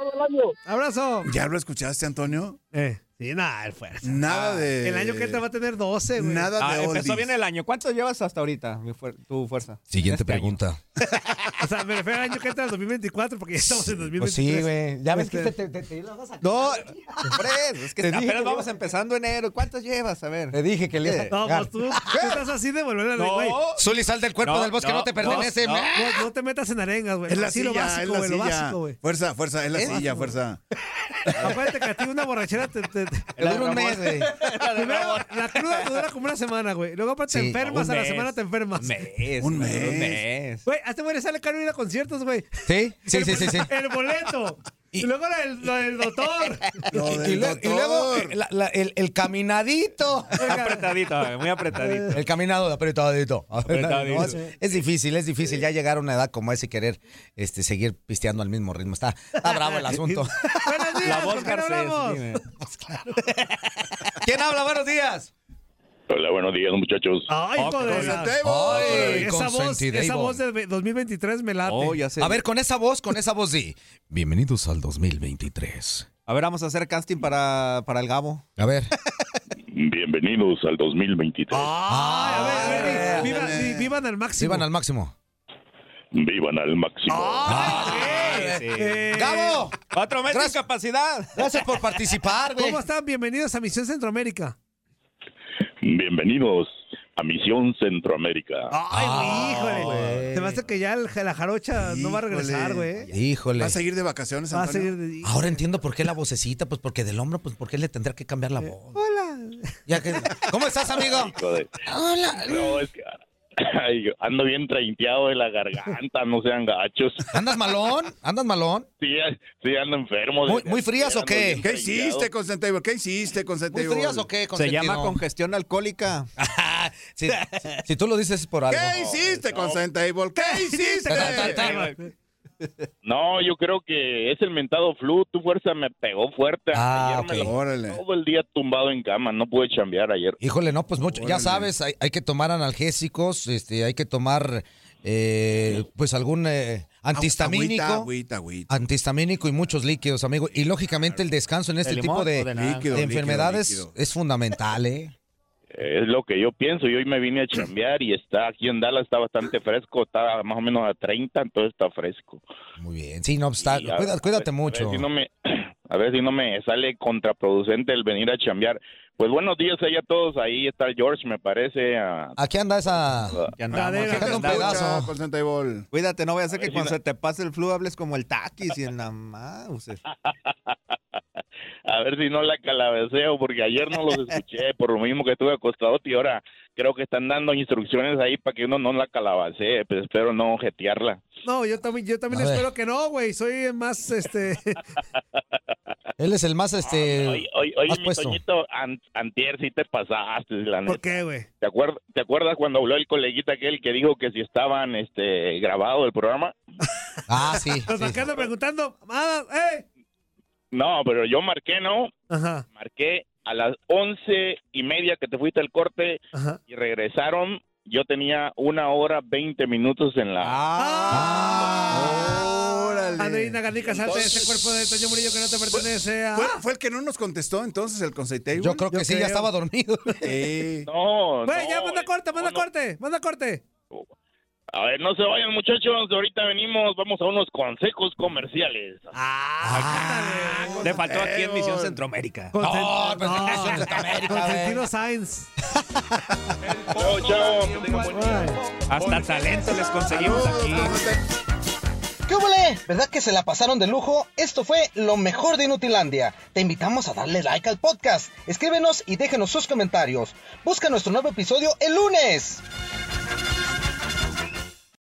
C: Abrazo.
F: ¿Ya lo escuchaste, Antonio?
C: Eh, sí, nada, el fuerza.
F: Nada
C: Ah,
F: de.
C: El año que entra va a tener 12, güey.
F: Nada
K: Ah,
F: de
K: empezó
F: oldies.
K: bien el año. ¿Cuánto llevas hasta ahorita, mi fuer- tu fuerza?
D: Siguiente
K: Este año.
D: pregunta.
C: Ah, O sea, me refiero al año que entra, 2024, porque ya estamos en 2023.
D: Pues sí, güey. Ya ves que
C: Este,
D: te, te- te- lo vas a- <laughs>
K: No, Fred, es que
D: Te dije
K: apenas
D: que
K: vamos
D: yo-
K: empezando enero. ¿Cuántas llevas? A ver.
D: este Te dije que le ibas a
C: No,
D: cagar.
C: pues tú, tú estás así de volver a la
K: No.
C: güey.
D: Zuli, sal del cuerpo del bosque, no, te pertenece.
K: no,
D: ¡Ah!
C: No, no te metas en arengas, güey.
F: Es la
C: Así
F: silla,
C: lo básico,
F: es la
C: güey, lo
F: silla.
C: básico, güey.
F: Fuerza, fuerza, es la silla, fuerza.
C: Acuérdate que a ti una borrachera te, te- te-
D: Dura un
K: <laughs>
D: mes, güey.
C: Primero, la cruda te dura como una semana, güey. Luego aparte te
D: Sí,
C: enfermas,
K: un
C: a la
K: mes.
C: semana te enfermas.
K: Un mes.
F: Un
K: güey,
F: mes.
K: Un mes.
C: Güey, a este güey le sale caro ir a conciertos, güey.
D: Sí, sí, sí, sí. sí.
C: El boleto. Y, luego la del, la del doctor.
F: Lo
D: Y,
F: del
D: y luego- y luego
F: doctor.
D: eh, la- la- el, el caminadito.
K: Apretadito, güey, muy apretadito.
D: El caminado de apretadito. <laughs>
K: Apretadito.
D: No, es, es difícil, es difícil ya llegar a una edad como esa y querer este, seguir pisteando al mismo ritmo. Está, está bravo el
K: <laughs>
D: asunto. Pues
C: Buenos días,
K: La voz
C: ¿con quién
K: Garcés,
C: hablamos?
D: <laughs>
K: dime.
D: ¿Quién habla? Buenos días.
H: Hola, buenos días, muchachos.
K: Oh,
C: Ay, joder.
D: Ay,
C: Esa voz,
D: consentidable.
C: esa voz de 2023 me late.
K: Oh, ya sé.
D: A ver, con esa voz, con esa voz sí. Bienvenidos al 2023.
K: A ver, vamos a hacer casting para, para el Gabo.
D: A ver.
H: Bienvenidos al 2023.
C: Ay, a ver, a ver,
D: Ay,
C: vi- viva- vi- vivan al
D: Sí,
C: máximo.
D: van al máximo.
H: Vivan al máximo.
K: Sí, sí.
C: Eh,
D: Ah, ¡Gabo!
K: Otro mes de
D: Gracias.
K: capacidad.
D: Gracias por participar, güey.
C: ¿Cómo están? Bienvenidos a Misión Centroamérica.
H: Bienvenidos a Misión Centroamérica.
D: Ah.
C: Ay, híjole.
D: güey.
C: Te me hace que ya el- la jarocha no va a regresar,
F: Ah, Híjole.
C: güey.
D: Híjole.
F: ¿Va a seguir de vacaciones,
C: Va a
F: Antonio?
C: seguir de...
D: Ahora entiendo por qué la vocecita, pues porque del hombro, pues porque le tendrá que cambiar la voz.
C: Hola.
D: Ya que- ¿Cómo estás, amigo?
H: Hijo de-
D: Hola.
H: No, es que ay, ando bien treinteado de la garganta, no sean gachos.
D: ¿Andas malón? ¿Andas malón?
H: Sí, sí ando enfermo.
D: Muy- muy frías o
H: Ando
D: qué?
H: bien
F: ¿Qué
H: treinteado.
F: hiciste, Constantable? ¿Qué hiciste,
D: ¿Muy
F: Constantable?
D: frías o qué?
K: Se
D: consentido?
K: llama congestión alcohólica.
D: si, si- si tú lo dices es por algo.
F: ¿Qué hiciste, Constantable? ¿Qué hiciste?
H: No, yo creo que es el mentado flu. Tu fuerza me pegó fuerte.
D: Ah,
H: ayer me
D: ok.
H: la-
F: Órale.
H: todo el día tumbado en cama. No pude chambear ayer.
D: Híjole, no, pues mucho. Ya
F: Órale.
D: sabes, hay, hay que tomar analgésicos, este, hay que tomar eh, pues algún eh, antihistamínico.
F: Agüita, agüita, agüita.
D: Antihistamínico y muchos líquidos, amigo. Y lógicamente el descanso en este
K: ¿De limón
D: tipo de,
K: o de
D: de
K: naranja?
F: Líquido, líquido,
D: enfermedades
F: líquido.
D: es fundamental, ¿eh?
H: Es lo que yo pienso. Yo hoy me vine a chambear y está aquí en Dallas. Está bastante fresco. Está más o menos a 30, entonces está fresco.
D: Muy bien. Sí, no, pues, está-
H: Y a-
D: cuida-
H: a
D: cuídate
H: ver-
D: mucho.
H: A ver, si no me, <clears throat> a ver si no me sale contraproducente el venir a chambear. Pues buenos días ahí a todos. Ahí está el George, me parece. a-
D: Aquí anda esa.
K: Ya andamos,
C: Cadera,
K: ya
D: cadera,
K: andamos.
D: pedazo.
F: Escucha, Constantable.
K: Cuídate, no vaya a ser
H: A ver
K: que
H: si
K: cuando
H: la-
K: se te pase el flu hables como el taquis y en la mouse.
H: A ver si no la calabaceo, porque ayer no los escuché, <laughs> por lo mismo que estuve acostado, y ahora creo que están dando instrucciones ahí para que uno no la calabacee, pero espero no jetearla.
C: No, yo también, yo también
D: A ver.
C: espero que no, güey. Soy el
F: <laughs>
C: más, este...
D: Él es el más este.
H: Ah, Oye, oye, oye,
D: has
H: mi
D: puesto.
H: Toñito, an- antier sí te pasaste, la
C: ¿Por
H: neta.
C: qué, güey?
H: ¿Te, acuer- ¿Te acuerdas cuando habló el coleguita aquel que dijo que si estaban este grabado el programa?
D: Ah,
K: <laughs>
D: sí.
C: Los
D: sí.
C: marcando Pues preguntando, mamadas, ¡eh!
H: No, pero yo marqué, ¿no?
C: Ajá,
H: Marqué a las once y media que te fuiste al corte
C: ajá.
H: y regresaron. Yo tenía una hora veinte minutos en la...
C: Ah.
F: Órale.
C: Andreina Garnica, salte de ese cuerpo de Toño Murillo que no te pertenece. ah.
F: ¿Fue, fue el que no nos contestó entonces el Constantable?
D: Yo creo que
C: Yo
D: sí,
C: creo.
D: ya estaba dormido.
F: <laughs> Sí.
H: No,
C: Güey,
H: no,
C: ya manda
H: eh,
C: corte, manda
H: no, no.
C: corte, manda corte.
H: A ver, no se vayan muchachos, ahorita venimos, vamos a unos consejos comerciales.
C: Ah, ándale.
K: Le faltó aquí en Misión Centroamérica.
C: Consent-
D: pues, eso es América,
C: Consentido Sainz.
H: Chao, chao. que tengan buen día.
K: Hasta talento les conseguimos aquí.
D: ¿Qué huele? ¿Verdad que se la pasaron de lujo? Esto fue lo mejor de Inutilandia. Te invitamos a darle like al podcast. Escríbenos y déjenos sus comentarios. Busca nuestro nuevo episodio el lunes.